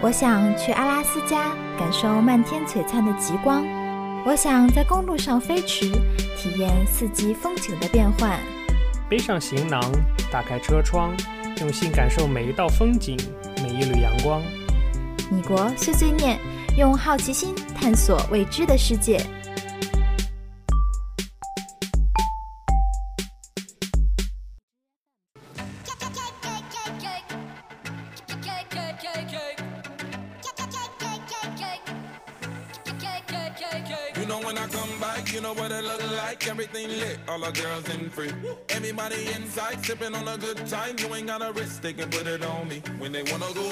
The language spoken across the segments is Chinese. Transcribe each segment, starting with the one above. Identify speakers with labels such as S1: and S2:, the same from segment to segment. S1: 我想去阿拉斯加，感受漫天璀璨的极光；我想在公路上飞驰，体验四季风景的变换。
S2: 背上行囊，打开车窗，用心感受每一道风景，每一缕阳光。
S1: 米国碎碎念，用好奇心探索未知的世界。
S3: You know when I come back, you know what it look like. Everything lit, all our girls in free. Everybody inside, sipping on a good time. You ain't got a risk, they can put it on me. When they wanna go,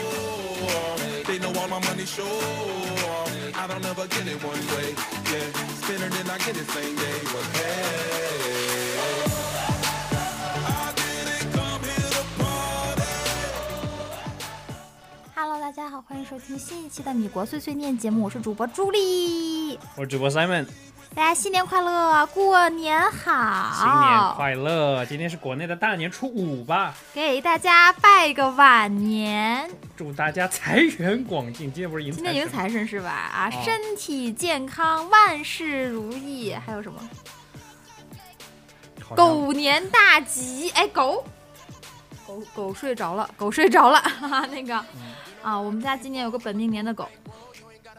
S3: they know all my money sure. I don't ever get it one way. Yeah, spin it and I get it same day. But hey. I didn't come here to party.
S1: Hello，大家好，欢迎收听新一期的《米国碎碎念》节目，我是主播朱莉。
S2: 我是主播 Simon，
S1: 大家新年快乐，过年哦
S2: 新年
S1: 好，
S2: 快乐！今天是国内的大年初五吧？
S1: 给大家拜个晚年。
S2: 祝大家财源广进。今天不是迎财
S1: 今
S2: 神吗？
S1: 天迎财神是吧？啊，
S2: 哦
S1: 身体健康，万事如意，还有什么？
S2: 好像
S1: 狗年大吉！哎，狗，狗狗睡着了，狗睡着了，哈哈，那个
S2: 嗯
S1: 啊，我们家今年有个本命年的狗，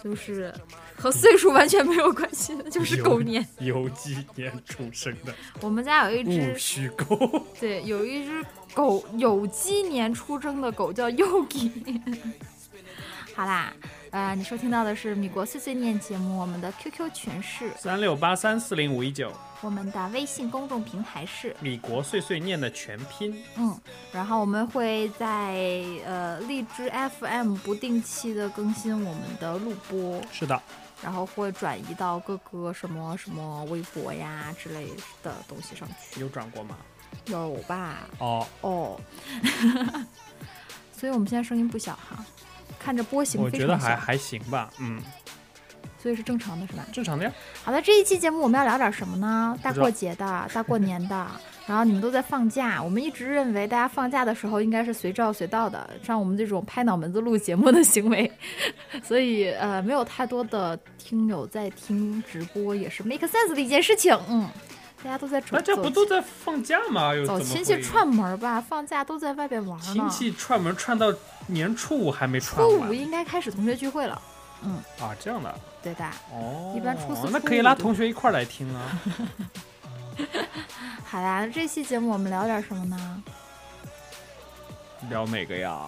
S1: 就是
S2: 嗯
S1: 和岁数完全没有关系的，
S2: 哎
S1: 就是狗年。
S2: 有有几年出生 的
S1: 我们家有一
S2: 戊
S1: 只，
S2: 戌狗，
S1: 对，有一只狗，有鸡年出生的狗叫 Yogi。好啦，呃，你收听到的是米国碎碎念节目，我们的 QQ 群是
S2: 三六八三四零五一九，
S1: 我们的微信公众平台是，
S2: 米国碎碎念的全拼。
S1: 嗯，然后我们会在呃荔枝 FM 不定期的更新我们的录播，
S2: 是的，
S1: 然后会转移到各个什么什么微博呀之类的东西上去，
S2: 有转过吗？
S1: 有吧？
S2: 哦，
S1: 哦， 所以我们现在声音不小哈，看着波形
S2: 我
S1: 非
S2: 觉得
S1: 常
S2: 还
S1: 小，
S2: 还行吧，嗯，
S1: 所以是正常的是吧？
S2: 正常的呀。
S1: 好的，这一期节目我们要聊点什么呢？大
S2: 知道
S1: 过节的，大过年 的，然后你们都在放假，我们一直认为大家放假的时候应该是随叫随到的，像我们这种拍脑门子录节目的行为，所以呃，没有太多的听友在听直播，也是 make sense 的一件事情。嗯，大家都在走
S2: 大家不都在放假吗？又怎
S1: 走
S2: 么
S1: 亲戚
S2: 会
S1: 串门儿吧？放假都在外边玩呢
S2: 亲。戚串门串到年初五还没串
S1: 啊初
S2: 完
S1: 五应该开始同学聚会了，
S2: 啊？这样的
S1: 对的。
S2: 哦，
S1: 一般初四
S2: 那
S1: 初
S2: 可
S1: 五
S2: 以拉
S1: 就
S2: 同学一块儿来听啊。
S1: 好啦，这期节目我们聊点什么呢？
S2: 聊哪个呀？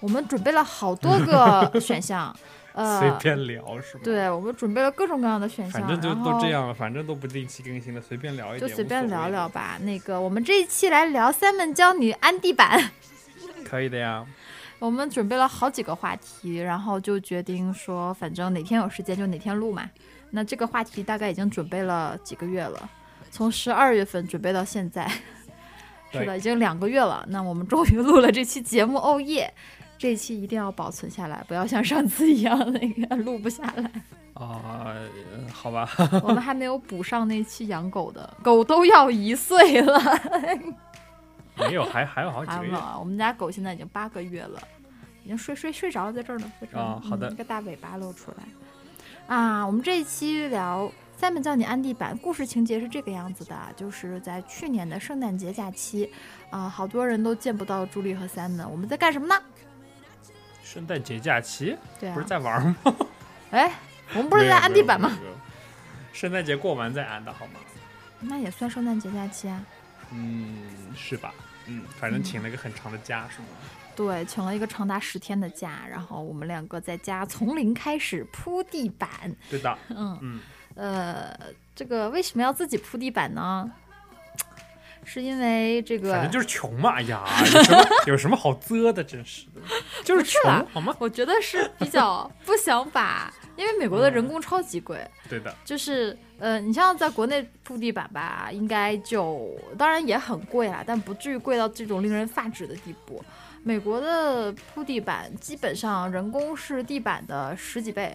S1: 我们准备了好多 个选项，呃，
S2: 随便聊是吧？，
S1: 对，我们准备了各种各样的选项，
S2: 反正就
S1: 然
S2: 都
S1: 后
S2: 这样了，反正都不定期更新的，随便聊一
S1: 就
S2: 点，
S1: 随
S2: 无
S1: 便
S2: 所
S1: 聊
S2: 谓
S1: 聊吧。那个，我们这一期来聊 Simon 教你安地板。
S2: 可以的呀。
S1: 我们准备了好几个话题，然后就决定说，反正哪天有时间就哪天录嘛。那这个话题大概已经准备了几个月了，从十二月份准备到现在，是的，
S2: 对
S1: 已经两个月了。那我们终于录了这期节目，哦耶！这一期一定要保存下来，不要像上次一样那个录不下来。
S2: 啊、呃好吧，
S1: 我们还没有补上那期养狗的，狗都要一岁了。
S2: 没有，还还有好几
S1: 啊
S2: 个月。
S1: 我们家狗现在已经八个月了，已经睡睡睡着了，在这儿呢，在这儿呢。
S2: 啊好的
S1: 嗯一个大尾巴露出来。啊，我们这一期聊《三本叫你安地板》，故事情节是这个样子的，啊就是在去年的圣诞节假期，啊、好多人都见不到朱莉和三们，我们在干什么呢？
S2: 圣诞节假期
S1: 对啊
S2: 不是，在玩吗？
S1: 哎，我 们不是在安地板吗？
S2: 没有？没有没有圣诞节过完再安的好吗？
S1: 那也算圣诞节假期啊。
S2: 嗯，是吧？嗯，反正请了个很长的假，是吗？
S1: 对，请了一个长达十天的假，然后我们两个在家从零开始铺地板。
S2: 对的，
S1: 嗯
S2: 嗯，
S1: 呃，这个为什么要自己铺地板呢？是因为这
S2: 反
S1: 个
S2: 正，就是穷嘛，哎呀，有什么有什么好啧的，真是的，就是
S1: 不是
S2: 穷
S1: 啦
S2: 好吗？
S1: 我觉得是比较 不想把，因为美国的人工超级贵，
S2: 对的，
S1: 就是呃，你像在国内铺地板吧，应该就当然也很贵啦，但不至于贵到这种令人发指的地步。美国的铺地板基本上人工是地板的十几倍，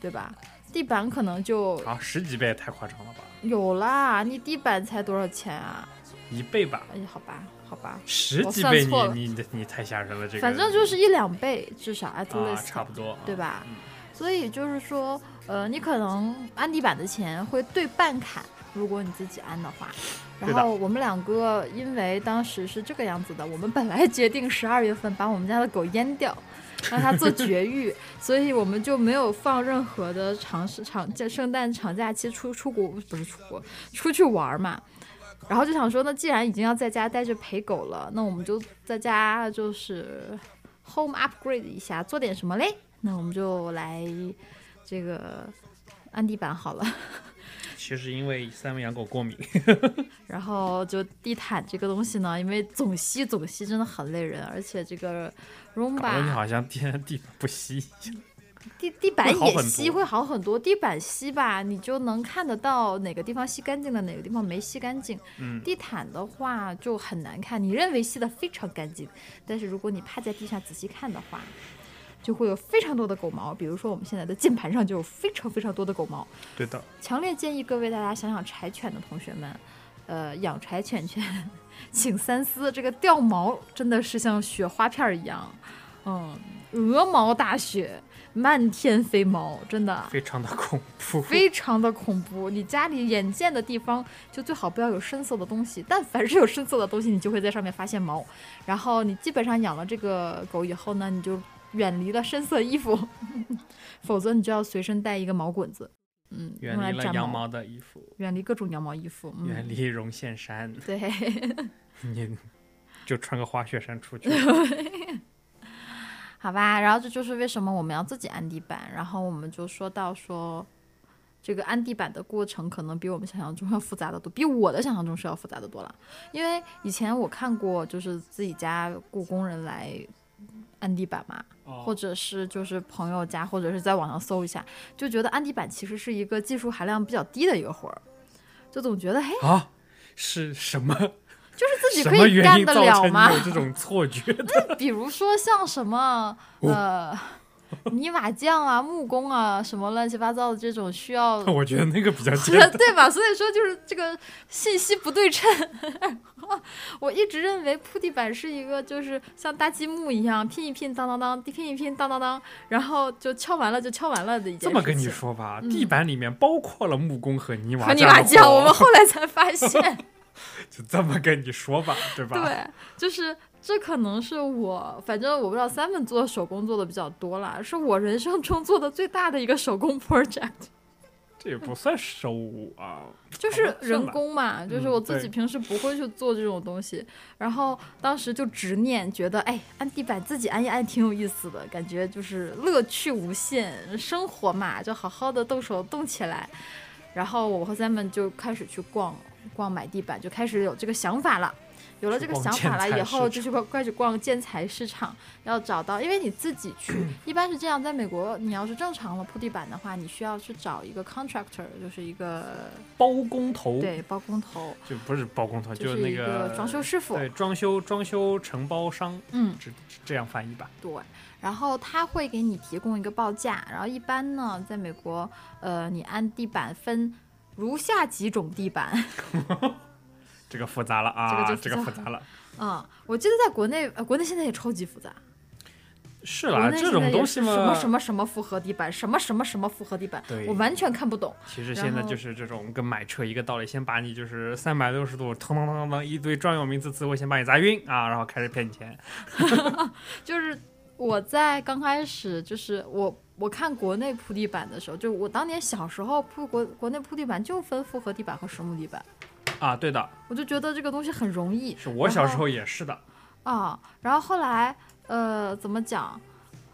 S1: 对吧？地板可能就
S2: 啊，十几倍也太夸张了吧？
S1: 有啦，你地板才多少钱啊？
S2: 一倍吧，
S1: 哎，好吧，好吧，
S2: 十
S1: 我
S2: 几
S1: 算
S2: 倍
S1: 错了
S2: 你，你你你太吓人了，这个
S1: 反正就是一两倍，至少
S2: 啊，
S1: at least，、
S2: 差不多，
S1: 对
S2: 啊？
S1: 吧？
S2: 嗯
S1: 所以就是说，呃，你可能安迪版的钱会对半砍，如果你自己安的话。
S2: 对
S1: 然
S2: 的
S1: 后我们两个因为当时是这个样子的，我们本来决定十二月份把我们家的狗阉掉，让它做绝育，所以我们就没有放任何的长时长在圣诞长假期出出国不是出国出去玩儿嘛。然后就想说，那既然已经要在家待着陪狗了，那我们就在家就是 home upgrade 一下，做点什么嘞？那我们就来这个安迪版好了。
S2: 其实因为三文养狗过敏，
S1: 然后就地毯这个东西呢，因为总吸总吸真的很累人，而且这个
S2: 搞得你
S1: Roomba
S2: 好像天地不吸一样。
S1: 地地板
S2: 会好
S1: 也
S2: 很
S1: 吸
S2: 多
S1: 会好很多，地板吸吧，你就能看得到哪个地方吸干净了，哪个地方没吸干净。
S2: 嗯
S1: 地毯的话就很难看，你认为吸的非常干净，但是如果你趴在地上仔细看的话，就会有非常多的狗毛，比如说我们现在的键盘上就有非常非常多的狗毛。
S2: 对的，
S1: 强烈建议各位大家想想柴犬的同学们，呃，养柴犬 犬，请三思，这个掉毛真的是像雪花片儿一样，嗯，鹅毛大雪，漫天飞毛，真的。
S2: 非常的恐怖。
S1: 非常的恐怖，你家里眼见的地方就最好不要有深色的东西，但凡是有深色的东西，你就会在上面发现毛。然后你基本上养了这个狗以后呢，你就远离了深色衣服， 否则你就要随身带一个毛滚子，嗯，
S2: 远
S1: 用来
S2: 离了
S1: 粘
S2: 羊毛的衣服，
S1: 远离各种羊毛衣服，嗯，
S2: 远离绒线衫，
S1: 对，
S2: 你就穿个花雪山出 去。
S1: 好吧，然后这就是为什么我们要自己安地板，然后我们就说到说，这个安地板的过程可能比我们想象中要复杂的多，比我的想象中是要复杂的多了，因为以前我看过就是自己家雇工人来安地板嘛，
S2: 哦
S1: 或者是就是朋友家，或者是在网上搜一下，就觉得安地板其实是一个技术含量比较低的一个活儿，就总觉得嘿，
S2: 啊，是什么
S1: 就是自己
S2: 什
S1: 可
S2: 么
S1: 以
S2: 原
S1: 干
S2: 因
S1: 得
S2: 造
S1: 了
S2: 成
S1: 吗
S2: 你？有这种错觉的？，
S1: 比如说像什么呃 泥瓦匠啊、木工啊什么乱七八糟的这种需要
S2: 我觉得那个比较简单。
S1: 对吧？所以说就是这个信息不对称。 我一直认为铺地板是一个就是像搭积木一样拼一拼当当当，拼一拼当当当，然后就敲完了就敲完了的一件事
S2: 这
S1: 情。
S2: 么跟你说吧，地板里面包括了木工和泥瓦
S1: 嗯和泥
S2: 匠
S1: 瓦
S2: 的
S1: 匠，
S2: 活
S1: 我们后来才发现。
S2: 就这么跟你说吧，对吧？
S1: 对，就是这可能是我，反正我不知道三本做手工做的比较多啦，是我人生中做的最大的一个手工 project，
S2: 这也不算手啊，
S1: 就是
S2: 好吧
S1: 人。工嘛，就是
S2: 嗯
S1: 我自
S2: 对
S1: 己平时不会去做这种东西，然后当时就执念觉得，哎，按地板自己按一按挺有意思的，感觉就是乐趣无限，生活嘛，就好好的动手动起来。然后我和三本就开始去逛逛买地板，就开始有这个想法了。有了这个想法了以后，就去逛开始逛建材市场，要找到，因为你自己 去，一般是这样，在美国，你要是正常的铺地板的话，你需要去找一个 contractor，就是一个
S2: 包工头，啊
S1: 对包工头，
S2: 就不是包工头，
S1: 就是
S2: 那
S1: 一个装修师傅，
S2: 对装修装修承包商，
S1: 嗯，
S2: 这这样翻译吧。
S1: 对，然后他会给你提供一个报价，然后一般呢，在美国，呃，你按地板分如下几种地板，
S2: 这个复杂了啊，
S1: 这
S2: 这
S1: 个就复杂
S2: 复杂了。
S1: 嗯，我记得在国内，呃，国内现在也超级复杂，
S2: 是
S1: 国
S2: 啦，
S1: 内
S2: 这
S1: 现在
S2: 种
S1: 也
S2: 东
S1: 是
S2: 西嘛，
S1: 什么什么什么复合地板，什么什么什么复合地板，
S2: 对
S1: 我完全看不懂。
S2: 其实
S1: 然
S2: 现在
S1: 后
S2: 就是这种跟买车一个道理，先把你就是三百六十度，腾腾腾腾腾一堆专有名词词汇，先把你砸晕啊，然后开始骗你钱。
S1: 就是我在刚开始，就是我我看国内铺地板的时候，就是我当年小时候铺国国内铺地板就分复合地板和实木地板，
S2: 啊，对的，
S1: 我就觉得这个东西很容易
S2: 是我小时候也是的。
S1: 啊。然后后来呃怎么讲？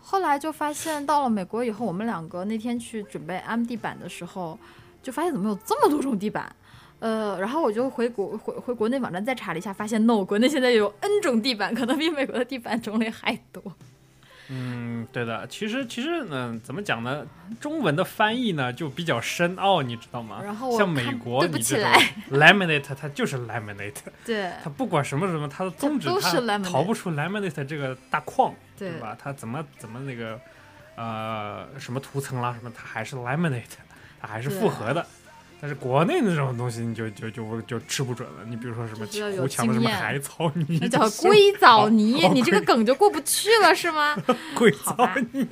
S1: 后来就发现到了美国以后，我们两个那天去准备安地板的时候，就发现怎么有这么多种地板。呃，然后我就回国回回国内网站再查了一下，发现 no，国内现在有 n 种地板，可能比美国的地板种类还多。
S2: 嗯，对的。其实其实嗯、怎么讲呢？中文的翻译呢就比较深奥，你知道吗？
S1: 然后我
S2: 像
S1: 看
S2: 美国
S1: 对不
S2: 你
S1: 起
S2: 这种
S1: 来
S2: laminate，它就是 laminate，
S1: 对，
S2: 它不管什么什么，它的宗旨
S1: 它都是 laminate
S2: 逃不出 laminate 这个大框，
S1: 对
S2: 吧？它怎么怎么那个 呃什么涂层啦什么，它还是 laminate，它还是
S1: 对
S2: 复合的。但是国内那种东西你就就就就吃不准了。你比如说什么
S1: 就是要有
S2: 糊墙的什
S1: 经
S2: 么
S1: 验
S2: 海草泥，
S1: 那叫
S2: 什么
S1: 硅藻泥，
S2: 好好
S1: 你这个
S2: 硅
S1: 梗就过不去了 是吗？
S2: 硅
S1: 好
S2: 藻
S1: 吧
S2: 泥，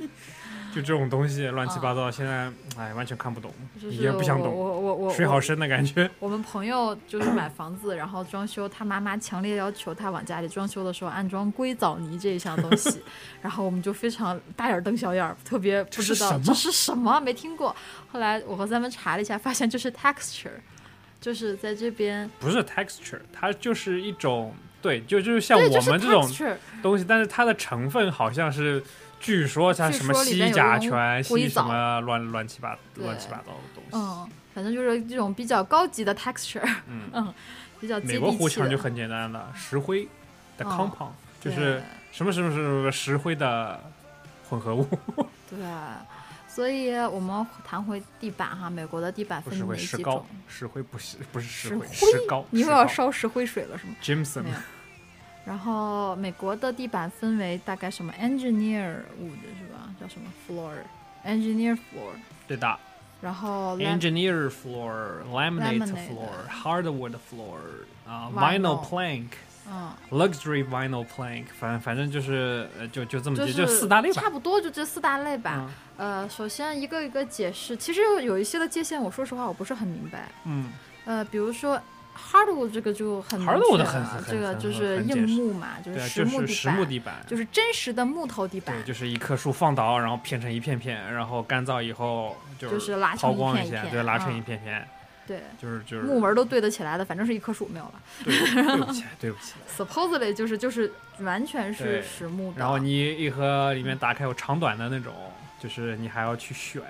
S2: 就这种东西乱七八糟，现在哎完全看不懂，
S1: 啊就是
S2: 也不想
S1: 我
S2: 懂，
S1: 我我我
S2: 水好深的感觉。
S1: 我们朋友就是买房子，然后装修，他妈妈强烈要求他往家里装修的时候安装硅藻泥这一项东 西，然后我们就非常大眼瞪小眼儿，特别不知
S2: 这是什
S1: 道
S2: 么
S1: 这是什么，没听过。后来我和三文查了一下，发现就是 texture，就是在这边，
S2: 不是 texture，它就是一种对，就就是像
S1: 对，
S2: 我
S1: 就是
S2: 们这种
S1: texture，
S2: 东西，但是它的成分好像是，据说像什么吸甲醛、
S1: 据说里
S2: 吸
S1: 面有那种硅藻
S2: 什么啊乱乱七八
S1: 对
S2: 乱七八糟的东
S1: 嗯，反正就是这种比较高级的 texture，
S2: 西。 嗯，
S1: 比较接
S2: 美
S1: 地气的。
S2: 国糊墙就很简单了，石灰的
S1: 哦
S2: compound、就是什么什么什么什么石灰的混合物，
S1: 对。对所以我们谈回地板哈，美国的地板
S2: 不
S1: 分
S2: 是
S1: 哪
S2: 灰
S1: 几
S2: 石
S1: 种
S2: 膏？，石灰不是不是石
S1: 石
S2: 灰，
S1: 灰
S2: 石膏。
S1: 你又
S2: 石
S1: 要
S2: 膏
S1: 烧石灰水了是吗？
S2: Jameson
S1: 没有。然后美国的地板分为大概什么 engineer wood 是吧？叫什么 floor？engineer floor。
S2: 对的
S1: 然后 lam-
S2: ，engineer floor、laminate
S1: Laminate
S2: floor、hardwood floor 啊、
S1: Vinyl
S2: vinyl plank。
S1: 嗯，
S2: luxury vinyl plank，反反正就是呃就就这么
S1: 嗯就
S2: 就就是四大类吧
S1: 差。不多就这四大类吧
S2: 嗯。
S1: 呃，首先一个一个解释，其实有一些的界限，我说实话我不是很明白。
S2: 嗯，
S1: 呃，比如说 hardwood 这个就很明
S2: hardwood
S1: 确
S2: 很
S1: 了
S2: 很很
S1: 这个
S2: 很
S1: 就是
S2: 很
S1: 硬
S2: 解释
S1: 木嘛，就
S2: 对
S1: 是
S2: 啊，就
S1: 实木
S2: 是
S1: 地
S2: 实
S1: 板，
S2: 木地板，
S1: 就是真实的木头地板
S2: 对，，就是一棵树放倒，然后片成一片片，然后干燥以后就
S1: 就是拉成
S2: 抛
S1: 一
S2: 光
S1: 片一
S2: 下，
S1: 片
S2: 对，拉成
S1: 嗯
S2: 一片片，
S1: 对，
S2: 就是就是
S1: 木纹都对得起来的，反正是一棵树没有了。
S2: 对，对不起，对不起。
S1: supposedly 就是就是完全
S2: 对
S1: 是实木的，
S2: 然后你一盒里面打开有长短的那种，就是你还要去选，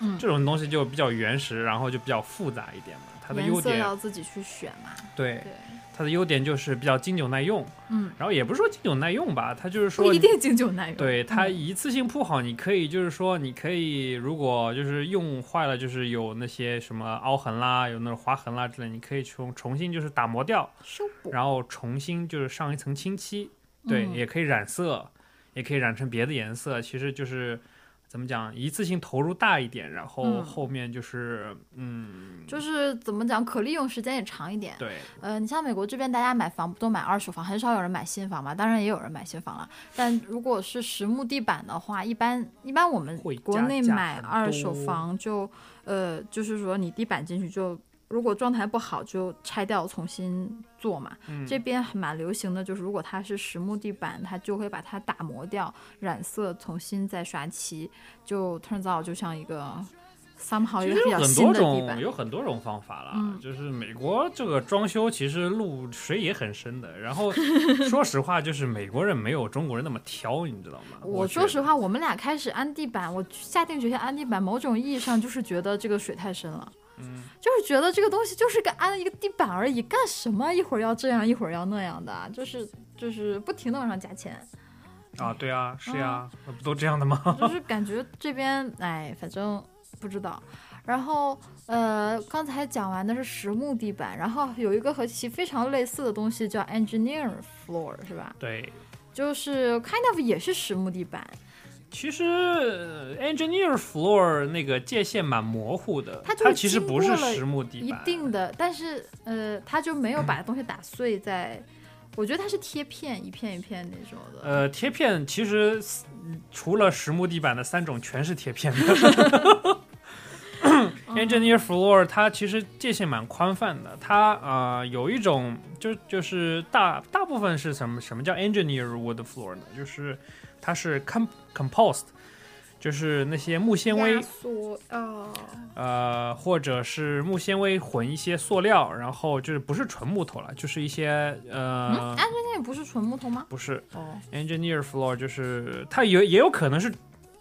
S1: 嗯
S2: 这种东西就比较原始，然后就比较复杂一点嘛。它的优
S1: 颜色
S2: 点
S1: 要自己去选嘛，
S2: 对
S1: 对，
S2: 它的优点就是比较经久耐用，
S1: 嗯，
S2: 然后也不是说经久耐用吧，它就是说
S1: 不一
S2: 你
S1: 定经久耐用，
S2: 对它
S1: 嗯
S2: 一次性铺好，你可以就是说，你可以如果就是用坏了，就是有那些什么凹痕啦，有那种划痕啦之类，你可以重重新就是打磨掉，
S1: 修补，
S2: 然后重新就是上一层清漆，对，
S1: 嗯
S2: 也可以染色，也可以染成别的颜色，其实就是。怎么讲？一次性投入大一点，然后
S1: 嗯
S2: 后面就是，嗯，
S1: 就是怎么讲，可利用时间也长一点。
S2: 对，
S1: 呃，你像美国这边，大家买房都买二手房，很少有人买新房嘛。当然也有人买新房了，但如果是实木地板的话，一般一般我们
S2: 会加
S1: 国内
S2: 价
S1: 买
S2: 很
S1: 二手
S2: 多
S1: 房就，呃，就是说你地板进去就，如果状态不好就拆掉重新做嘛。
S2: 嗯
S1: 这边还蛮流行的，就是如果它是实木地板，它就会把它打磨掉、染色，重新再刷漆，就 turns out 就像一个 somehow 一
S2: 其
S1: 个
S2: 实有
S1: 比较
S2: 很
S1: 新
S2: 多
S1: 的地
S2: 种，
S1: 板。
S2: 有很多种方法啦。
S1: 嗯
S2: 就是美国这个装修其实路水也很深的。然 后说实话，就是美国人没有中国人那么挑，你知道吗？
S1: 我
S2: 觉
S1: 说
S2: 得
S1: 实，话，我们俩开始安地板，我下定决心安地板，某种意义上就是觉得这个水太深了，
S2: 嗯，
S1: 就是觉得这个东西就是个安一个地板而已，干什么一会儿要这样，一会儿要那样的，啊就是就是不停的往上加钱，
S2: 啊，对啊，是呀、那不都这样的吗？
S1: 就是感觉这边哎，反正不知道。然后呃，刚才讲完的是实木地板，然后有一个和其非常类似的东西叫 engineer floor，是吧？
S2: 对，
S1: 就是 kind of 也是实木地板，
S2: 其实呃 engineer floor 那个界限蛮模糊的，
S1: 它
S2: 它
S1: 就是
S2: 其实不是
S1: 经过了
S2: 实木地
S1: 一
S2: 板，
S1: 定的，但是呃，它就没有把东西打碎在，我觉得它是贴片一片一片那种的。
S2: 呃，贴片其实嗯除了实木地板的三种全是贴片的。Engineer 嗯 floor 它其实界限蛮宽泛的，它呃有一种就就是大大部分是什么什么叫 engineer wood floor 呢？就是它是 com compost，就是那些木纤维
S1: 压缩哦，
S2: 呃，或者是木纤维混一些塑料，然后就是不是纯木头了，就是一些呃、
S1: 嗯，安全垫不是纯木头吗？
S2: 不是
S1: 哦，
S2: engineer floor 就是它有也有可能是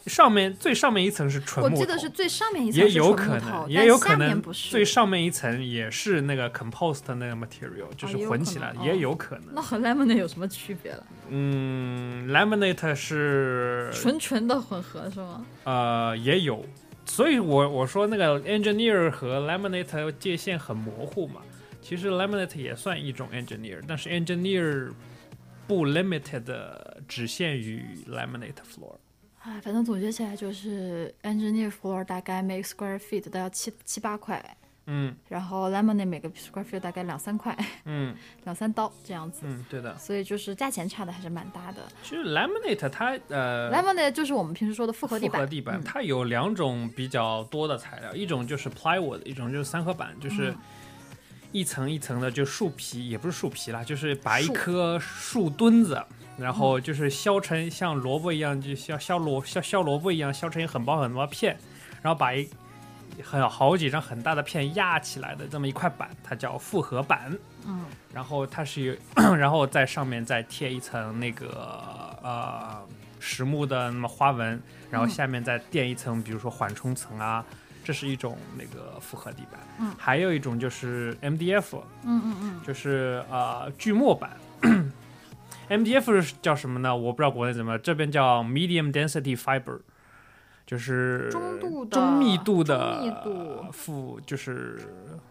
S2: 上面最上面一层是纯
S1: 我
S2: 木头，
S1: 记得是最上面一层
S2: 也
S1: 是
S2: 有
S1: 纯
S2: 可
S1: 木
S2: 能
S1: 头
S2: 也
S1: 但
S2: 有
S1: 下
S2: 可
S1: 面
S2: 能
S1: 不是
S2: 最上面一层也是那个 compost 那个 material，就
S1: 哦
S2: 是
S1: 也有
S2: 混
S1: 可
S2: 起来、
S1: 能
S2: 也
S1: 哦
S2: 有可能。
S1: 那和 lemonade 有什么区别了？
S2: 嗯，laminate 是
S1: 纯纯的混合是吗？
S2: 呃也有，所以我我说那个 engineer 和 laminate 界限很模糊嘛。其实 laminate 也算一种 engineer，但是 engineer 不 limited 的只限于 laminate floor。
S1: 哎，反正总结起来就是 engineer floor 大概每 square feet 都要七七八块
S2: 嗯
S1: 然后 lemonade 每个 square feet 大概两三块，
S2: 嗯
S1: 两三刀这样子，
S2: 嗯，对的。
S1: 所以就是价钱差的还是蛮大的。
S2: 其实 laminate 它呃
S1: lemonade 就是我们平时说的复合地
S2: 复合
S1: 板，嗯
S2: 地板，它有两种比较多的材料，一种就是 plywood，一种就是三合板，
S1: 嗯
S2: 就是一层一层的，就树皮也不是树皮啦，就是把一
S1: 树嗯
S2: 颗树墩子，然后就是削成像萝卜一样，就削削萝削削萝卜一样削成很薄很薄的片，然后把一很好几张很大的片压起来的这么一块板，它叫复合板。
S1: 嗯，
S2: 然后它是有， 然后在上面再贴一层那个呃实木的那么花纹，然后
S1: 嗯
S2: 下面再垫一层，比如说缓冲层啊，这是一种那个复合地板。
S1: 嗯
S2: 还有一种就是 MDF，
S1: 嗯嗯嗯，
S2: 就是呃锯末板。MDF 是叫什么呢？我不知道国内怎么，这边叫 medium density fiber，就是
S1: 中度的
S2: 中密度
S1: 中密度
S2: 的复就是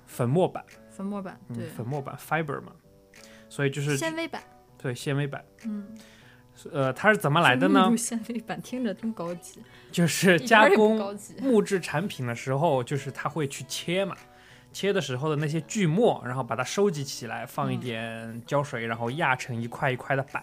S2: 粉末板。
S1: 粉末板，
S2: 嗯
S1: 对，
S2: 粉末板 fiber 嘛，所以就是
S1: 纤维板，
S2: 对纤维板，
S1: 嗯，
S2: 呃，它是怎么来的呢
S1: 中密度？嗯 纤维板听着真高级，
S2: 就是
S1: 一点
S2: 加
S1: 儿也不高
S2: 工
S1: 级
S2: 木质产品的时候，就是它会去切嘛，切的时候的那些锯末，然后把它收集起来，放一
S1: 嗯
S2: 点胶水，然后压成一块一块的板，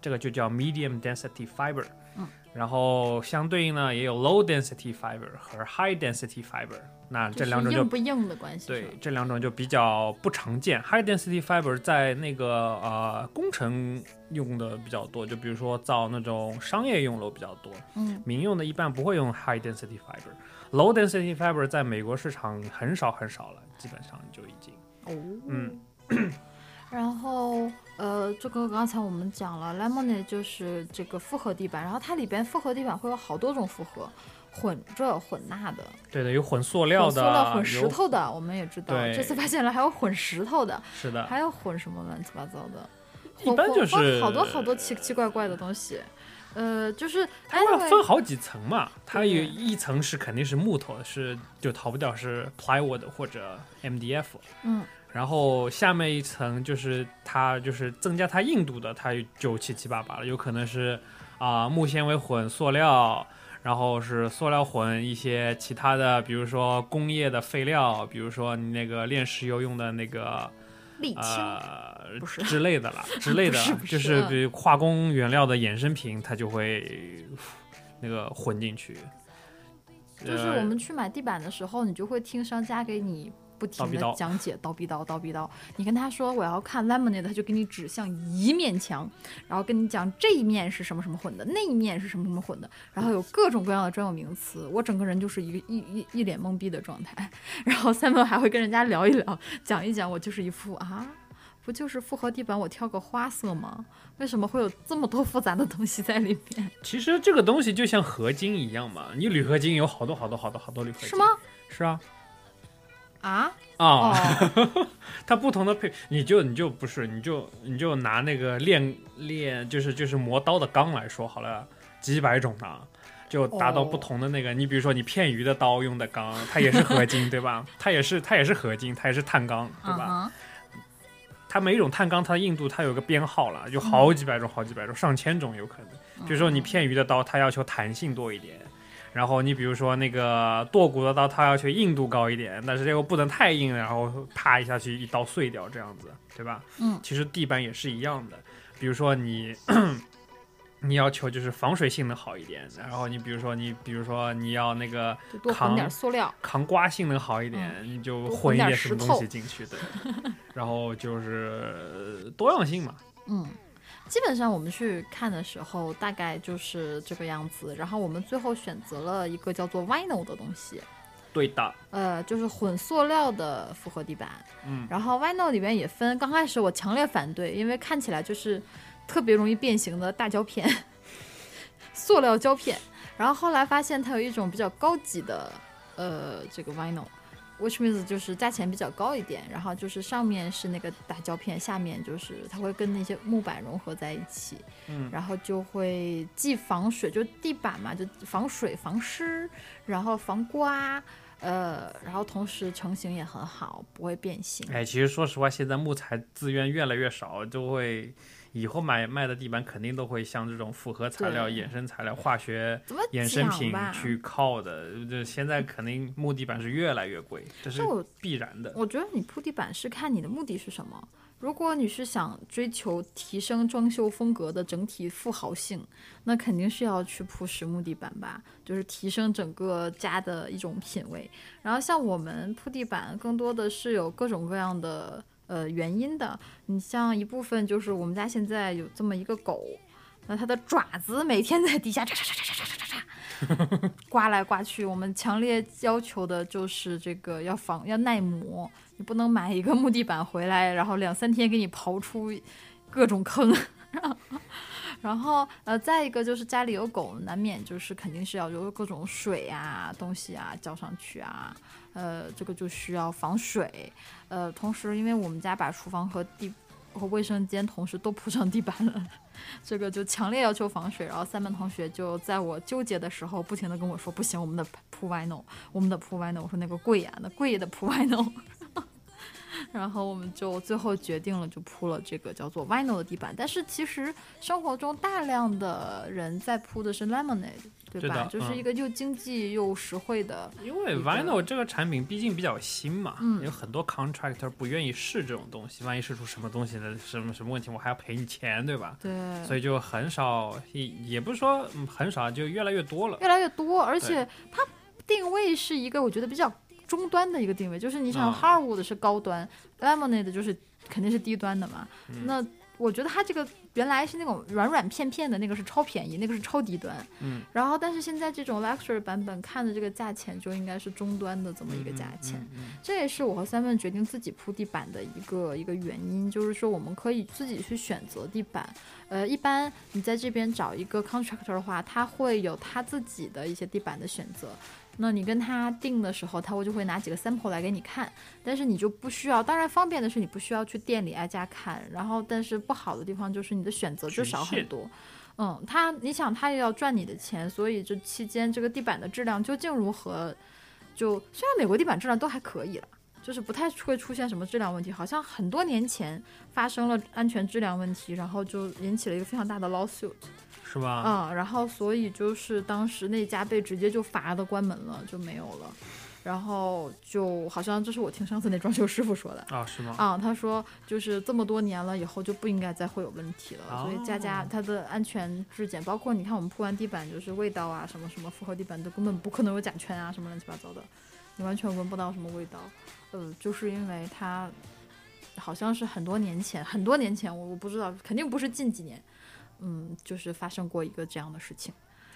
S2: 这个就叫 medium density fiber
S1: 嗯。
S2: 然后相对应呢，也有 low density fiber 和 high density fiber，那这两种
S1: 就是
S2: 就
S1: 硬不硬的关系，
S2: 对
S1: 是吧，
S2: 这两种就比较不常见。High density fiber 在那个呃工程用的比较多，就比如说造那种商业用楼比较多，
S1: 嗯
S2: 民用的一般不会用 high density fiber。Low density fiber 在美国市场很少很少了，基本上就已经
S1: 哦，
S2: 嗯。
S1: 然后，呃，这个刚才我们讲了，lemonade 就是这个复合地板，然后它里边复合地板会有好多种复合，混这混那的，
S2: 对的，有混塑料
S1: 混塑
S2: 的，
S1: 料、混石
S2: 有
S1: 头的，我们也知道。
S2: 对
S1: 这次发现了还有混石头的，
S2: 是的，
S1: 还有混什么乱七八糟的，
S2: 一般
S1: 混
S2: 就
S1: 混
S2: 是
S1: 好多好多奇奇怪怪的东西。呃，就是
S2: 它会分
S1: anyway，
S2: 好几层嘛，它有
S1: 对
S2: 一层是肯定是木头，是就逃不掉是 plywood 或者 MDF。
S1: 嗯，
S2: 然后下面一层就是它就是增加它硬度的，它就七七八八了，有可能是啊、木纤维混塑料，然后是塑料混一些其他的，比如说工业的废料，比如说你那个炼石油用的那个
S1: 沥青，
S2: 呃
S1: 不是
S2: 之类的啦，之类的啦，
S1: 不是
S2: 就是
S1: 嗯
S2: 比如化工原料的衍生品，它就会那个混进去。
S1: 就是
S2: 呃
S1: 我们去买地板的时候，你就会听商家给你。不停
S2: 叨逼
S1: 的
S2: 叨
S1: 讲解叨逼叨叨逼叨，你跟他说我要看 lemonade，他就给你指向一面墙，然后跟你讲这一面是什么什么混的，那一面是什么什么混的，然后有各种各样的专有名词，我整个人就是一个一一一脸懵逼的状态。 然后 Simon 还会跟人家聊一聊，讲一讲，我就是一副啊，不就是复合地板我挑个花色吗？为什么会有这么多复杂的东西在里面？
S2: 其实这个东西就像合金一样嘛，你铝合金有好多好多好多好多铝合金。
S1: 是吗？？
S2: 是啊，
S1: 啊？
S2: 啊、
S1: 哦，
S2: 它不同的配，你就你就不是，你就你就拿那个炼炼，就是就是磨刀的钢来说好了，几百种呢，就达到
S1: 哦
S2: 不同的那个。你比如说你片鱼的刀用的钢，它也是合金，对吧？它也是它也是合金，它也是碳钢， 对吧？
S1: 嗯哼
S2: 它每一种碳钢它的硬度它有个编号了，有好几百种、好几百种、上千种有可能。比如说你片鱼的刀，它要求弹性多一点。然后你比如说那个剁骨的刀，它要求硬度高一点，但是又不能太硬，然后啪一下去一刀碎掉这样子，对吧？
S1: 嗯
S2: 其实地板也是一样的，比如说你你要求就是防水性能好一点，然后你比如说你比如说你要那个
S1: 就多混点
S2: 扛
S1: 塑料。
S2: 扛刮性能好一点，你就
S1: 嗯多
S2: 混
S1: 混
S2: 一
S1: 点
S2: 点什么
S1: 石
S2: 东西进去的， 然后就是呃多样性嘛。
S1: 嗯，基本上我们去看的时候，大概就是这个样子。然后我们最后选择了一个叫做 vinyl 的东西，
S2: 对的，
S1: 呃，就是混塑料的复合地板。
S2: 嗯，
S1: 然后 vinyl 里边也分，刚开始我强烈反对，因为看起来就是特别容易变形的大胶片， 塑料胶片。然后后来发现它有一种比较高级的，呃，这个 vinyl，which means 就是价钱比较高一点，然后就是上面是那个大胶片，下面就是它会跟那些木板融合在一起，
S2: 嗯
S1: 然后就会既防水，就地板嘛，就防水防湿，然后防刮，呃，然后同时成型也很好，不会变形。
S2: 哎，其实说实话，现在木材资源越来越少，就会以后买卖的地板肯定都会向这种复合材料、
S1: 对
S2: 衍生材料、化学
S1: 怎么
S2: 衍生
S1: 讲
S2: 品
S1: 吧？嗯
S2: 去靠的。就现在肯定木地板是越来越贵，这是
S1: 但我
S2: 必然的。
S1: 我觉得你铺地板是看你的目的是什么。如果你是想追求提升装修风格的整体富豪性，那肯定是要去铺实木地板吧，就是提升整个家的一种品味。然后像我们铺地板，更多的是有各种各样的呃原因的。你像一部分就是我们家现在有这么一个狗，那它的爪子每天在地下 叉叉叉叉叉叉叉叉刮来刮去。我们强烈要求的就是这个要防要耐磨，你不能买一个木地板回来，然后两三天给你刨出各种坑。 然后，呃，再一个就是家里有狗，难免就是肯定是要有各种水啊、东西啊浇上去啊，呃，这个就需要防水。呃，同时因为我们家把厨房和地和卫生间同时都铺上地板了，这个就强烈要求防水。然后三班同学就在我纠结的时候，不停的跟我说：“不行，我们得铺 vinyl，我们得铺 vinyl。”我说：“那个贵呀、那贵也得铺 vinyl。” 然后我们就最后决定了，就铺了这个叫做 vinyl 的地板。但是其实生活中大量的人在铺的是 lemonade，对
S2: 是的
S1: 吧？就是
S2: 嗯
S1: 一个又经济又实惠的。
S2: 因为
S1: 一个
S2: vinyl 这个产品毕竟比较新嘛，
S1: 嗯
S2: 有很多 contractor 不愿意试这种东西，万一试出什么东西的什么什么问题，我还要赔你钱，对吧？
S1: 对，
S2: 所以就很少，也也不是说嗯很少，就越来越多了。
S1: 越来越多，而且它定位是一个我觉得比较中端的一个定位，就是你
S2: 嗯
S1: 想 hardwood 是高端、l e m o n a d e 就是肯定是低端的嘛。
S2: 嗯
S1: 那我觉得它这个原来是那种软软片片的那个是超便宜，那个是超低端。
S2: 嗯，
S1: 然后但是现在这种 luxury 版本看的这个价钱就应该是中端的这么一个价钱。
S2: 嗯嗯
S1: 这也是我和三问决定自己铺地板的一个一个原因，就是说我们可以自己去选择地板。呃，一般你在这边找一个 contractor 的话，他会有他自己的一些地板的选择。那你跟他定的时候，他会就会拿几个 sample 来给你看，但是你就不需要。当然，方便的是你不需要去店里挨家看，然后但是不好的地方就是你的选择就少
S2: 局限
S1: 很多。嗯，他你想他也要赚你的钱，所以这期间这个地板的质量究竟如何，就虽然美国地板质量都还可以了，就是不太会出现什么质量问题，好像很多年前发生了安全质量问题，然后就引起了一个非常大的 lawsuit
S2: 嗯是吧？
S1: 啊、然后所以就是当时那家被直接就罚的关门了，就没有了，然后就好像这是我听上次那装修师傅说的。
S2: 啊，是吗？
S1: 啊、他说就是这么多年了，以后就不应该再会有问题了。所以家家它的安全质检，包括你看我们铺完地板，就是味道啊什么什么复合地板都根本不可能有甲醛啊什么乱七八糟的，你完全闻不到什么味道。呃，就是因为它好像是很多年前，很多年前我我不知道，肯定不是近几年，嗯，就是发生过一个这样的事情。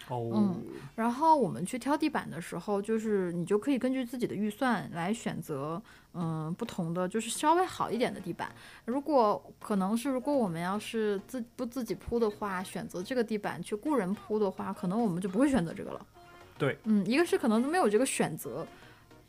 S2: 哦，
S1: 嗯然后我们去挑地板的时候，就是你就可以根据自己的预算来选择，嗯、不同的就是稍微好一点的地板。如果可能是如果我们要是自不自己铺的话，选择这个地板去雇人铺的话，可能我们就不会选择这个了。
S2: 对，
S1: 嗯，一个是可能没有这个选择，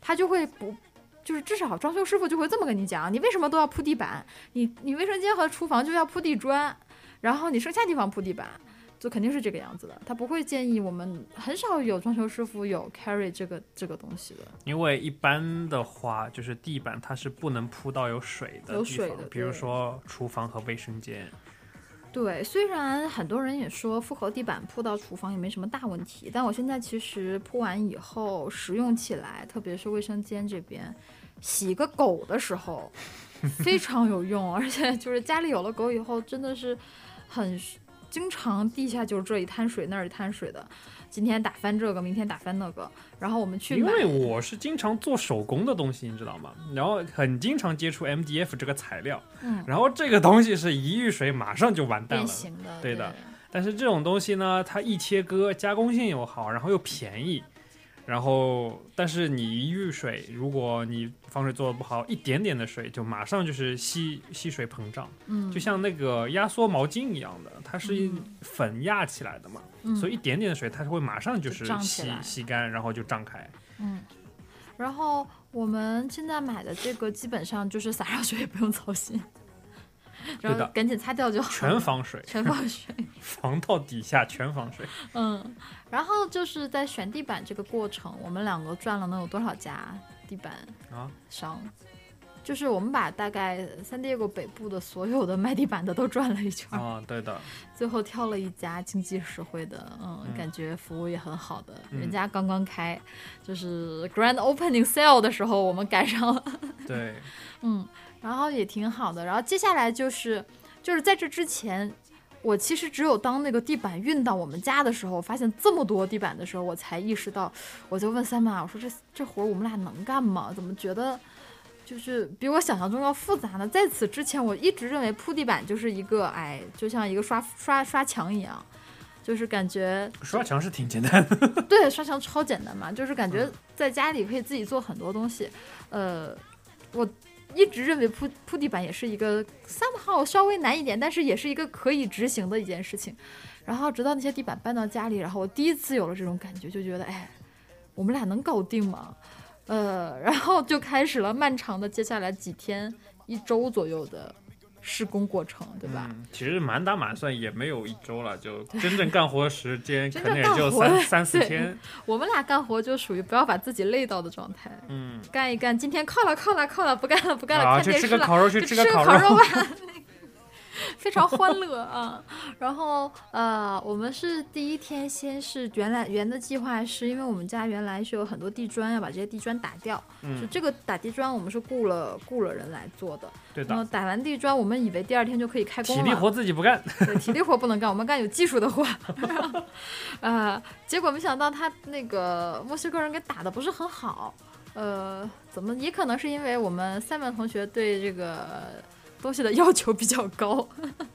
S1: 他就会不。就是至少装修师傅就会这么跟你讲，你为什么都要铺地板？你你卫生间和厨房就要铺地砖，然后你剩下地方铺地板，就肯定是这个样子的。他不会建议我们，很少有装修师傅有 carry 这个这个东西的。
S2: 因为一般的话，就是地板它是不能铺到有水的地方，
S1: 有水的
S2: 比如
S1: 对
S2: 说厨房和卫生间。
S1: 对，虽然很多人也说复合地板铺到厨房也没什么大问题，但我现在其实铺完以后使用起来，特别是卫生间这边，洗个狗的时 候非常有用，而且就是家里有了狗以后，真的是很经常地下就是这一滩水那儿一滩水的，今天打翻这个，明天打翻那个，然后我们去
S2: 因
S1: 买。
S2: 为我是经常做手工的东西，你知道吗？然后很经常接触 MDF 这个材料，
S1: 嗯
S2: 然后这个东西是一遇水马上就完蛋
S1: 变
S2: 了。
S1: 形的，
S2: 对的但是这种东西呢，它一切割，加工性又好，然后又便宜，然后但是你一遇水，如果你防水做的不好，一点点的水就马上就是吸吸水膨胀，
S1: 嗯，
S2: 就像那个压缩毛巾一样的，它是
S1: 嗯
S2: 粉压起来的嘛，
S1: 嗯
S2: 所以一点点的水它是会马上就
S1: 就是胀起
S2: 吸
S1: 来
S2: 吸干，然后就胀开。
S1: 嗯，然后我们现在买的这个基本上就是洒热水也不用操心，然后
S2: 的
S1: 赶紧擦掉就好了
S2: 全防水，
S1: 全防水。
S2: 防到底下全防水。
S1: 嗯，然后就是在选地板这个过程，我们两个转了能有多少家地板
S2: 啊，
S1: 商，就是我们把大概三 d i e 北部的所有的卖地板的都转了一圈儿，
S2: 啊，对的，
S1: 最后挑了一家经济实惠的，嗯，
S2: 嗯
S1: 感觉服务也很好的，
S2: 嗯
S1: 人家刚刚开，就是 grand opening sale 的时候我们赶上了，
S2: 对，
S1: 嗯，然后也挺好的。然后接下来就是就是在这之前，我其实只有当那个地板运到我们家的时候，发现这么多地板的时候，我才意识到，我就问三妈，我说这这活儿我们俩能干吗？怎么觉得？就是比我想象中要复杂呢。在此之前，我一直认为铺地板就是一个，哎，就像一个刷刷刷墙一样，就是感觉
S2: 刷墙是挺简单的，
S1: 对，刷墙超简单嘛，就是感觉在家里可以自己做很多东西。呃，我一直认为铺铺地板也是一个 somehow 稍微难一点，但是也是一个可以执行的一件事情。然后直到那些地板搬到家里，然后我第一次有了这种感觉，就觉得哎，我们俩能搞定吗？呃，然后就开始了漫长的接下来几天、一周左右的施工过程，对吧？
S2: 嗯其实满打满算也没有一周了，就真正干活时间可
S1: 真
S2: 能
S1: 正
S2: 也
S1: 干
S2: 就
S1: 活
S2: 三三四
S1: 对
S2: 天，
S1: 我们俩干活就属于不要把自己累到的状态。
S2: 嗯，
S1: 干一干，今天犒了犒了犒了，不干了不 干了，
S2: 啊，
S1: 看
S2: 去
S1: 电
S2: 吃
S1: 视
S2: 个
S1: 了，
S2: 烤肉，去
S1: 就
S2: 吃
S1: 吃
S2: 个
S1: 烤
S2: 烤肉，
S1: 吧， 非常欢乐啊。然后呃，我们是第一天先是原来原的计划是因为我们家原来是有很多地砖，要把这些地砖打掉，就
S2: 嗯，
S1: 这个打地砖我们是雇了雇了人来做的。
S2: 对
S1: 然后
S2: 的，
S1: 打完地砖，我们以为第二天就可以开工
S2: 体
S1: 了，
S2: 力活自己不干，
S1: 对，体力活不能干，我们干有技术的活。 呃，结果没想到他那个墨西哥人给打的不是很好，呃，怎么也可能是因为我们三班同学对这个东西的要求比较高。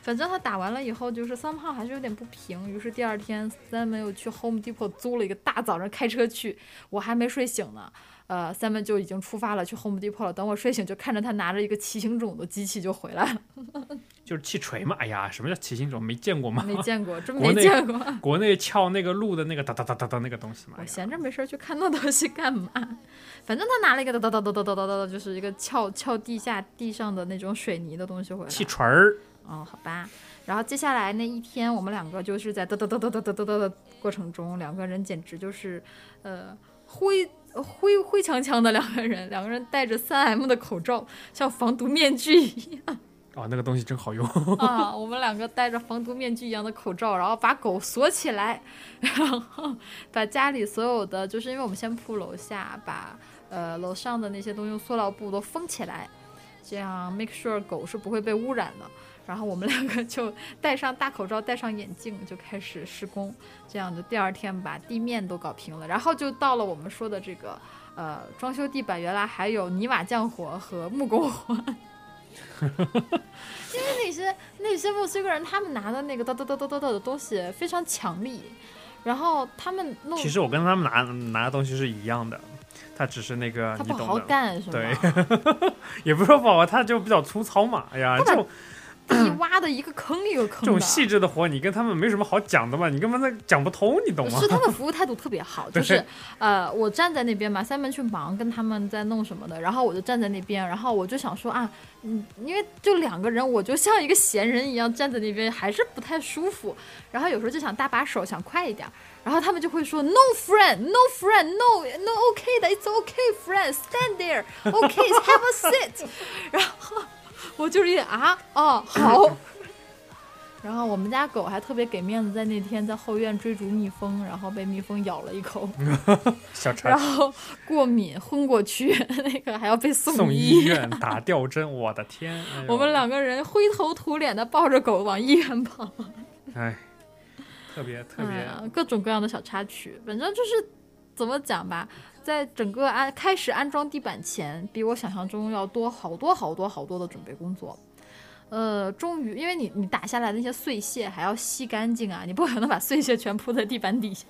S1: 反正他打完了以后，就是三胖还是有点不平，于是第二天三门又去 Home Depot 租了一个大早上开车去，我还没睡醒呢，呃，三门就已经出发了去 Home Depot 了。等我睡醒，就看着他拿着一个骑行种的机器就回来了，
S2: 就是气锤嘛，哎呀，什么叫骑行种？没见过吗？
S1: 没见过，真
S2: 国
S1: 没
S2: 内
S1: 见过。
S2: 国内撬那个路的那个哒哒哒哒哒那个东西嘛，哎
S1: 我
S2: 呀
S1: 闲着没事儿去看那东西干嘛？反正他拿了一个哒哒哒哒哒哒哒哒，就是一个撬撬地下地上的那种水泥的东西回来。
S2: 气锤儿，
S1: 哦，好吧。然后接下来那一天，我们两个就是在哒哒哒哒哒哒哒哒的过程中，两个人简直就是，呃，灰灰灰枪枪的两个人，两个人戴着三 M 的口罩，像防毒面具一样。
S2: 哦，那个东西真好用，
S1: 啊，我们两个戴着防毒面具一样的口罩，然后把狗锁起来，然后把家里所有的，就是因为我们先铺楼下，把呃楼上的那些都用塑料布都封起来，这样 make sure 狗是不会被污染的。然后我们两个就戴上大口罩，戴上眼镜，就开始施工。这样就第二天把地面都搞平了，然后就到了我们说的这个呃装修地板，原来还有泥瓦匠活和木工活。因为那些那些墨西哥人，他们拿的那个哒哒哒哒哒哒的东西非常强力，然后他们 弄
S2: 其实我跟他们拿拿的东西是一样的，它只是那个
S1: 他
S2: 你
S1: 不
S2: 懂的，
S1: 好干是
S2: 对
S1: 吗？
S2: 也不是说不好，它就比较粗糙嘛。哎呀，这种
S1: 地挖的一个坑一个
S2: 嗯
S1: 坑
S2: 这
S1: 的。啊
S2: 种细致的活，你跟他们没什么好讲的嘛，你根本那讲不通，你懂吗
S1: 是？他们服务态度特 别好，
S2: 对
S1: 就是呃，我站在那边嘛，三门去忙，跟他们在弄什么的，然后我就站在那边，然后我就想说啊，嗯，因为就两个人，我就像一个闲人一样站在那边，还是不太舒服。然后有时候就想搭把手，想快一点儿，然后他们就会说 No friend, No friend, No No OK 的，It's OK friend, stand there, OK have a sit。然 后我就是一脸啊，哦，好。然后我们家狗还特别给面子，在那天在后院追逐蜜蜂，然后被蜜蜂咬了一口，
S2: 嗯小陈
S1: 然后过敏昏过去， 那个还要被送
S2: 送医院打吊针，我的天！哎呦
S1: 我们两个人灰头土脸的抱着狗往医院跑，
S2: 哎，特别特
S1: 哎
S2: 别，
S1: 呀，各种各样的小插曲，反正就是怎么讲吧，在整个安开始安装地板前，比我想象中要多好多好多好多的准备工作。呃，终于，因为你你打下来的那些碎屑还要吸干净啊，你不可能把碎屑全铺在地板底下，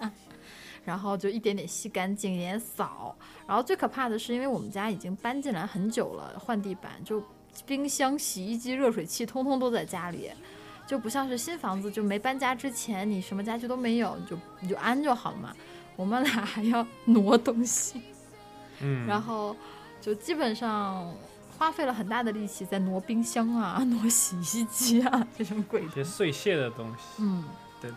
S1: 然后就一点点吸干净，一点点扫。然后最可怕的是，因为我们家已经搬进来很久了，换地板就冰箱、洗衣机、热水器通通都在家里，就不像是新房子，就没搬家之前你什么家具都没有，你就你就安就好嘛。我们俩还要挪东西，
S2: 嗯，
S1: 然后就基本上花费了很大的力气在挪冰箱啊、 挪洗衣机啊这种鬼
S2: 一些碎屑的东西，
S1: 嗯。
S2: 对的，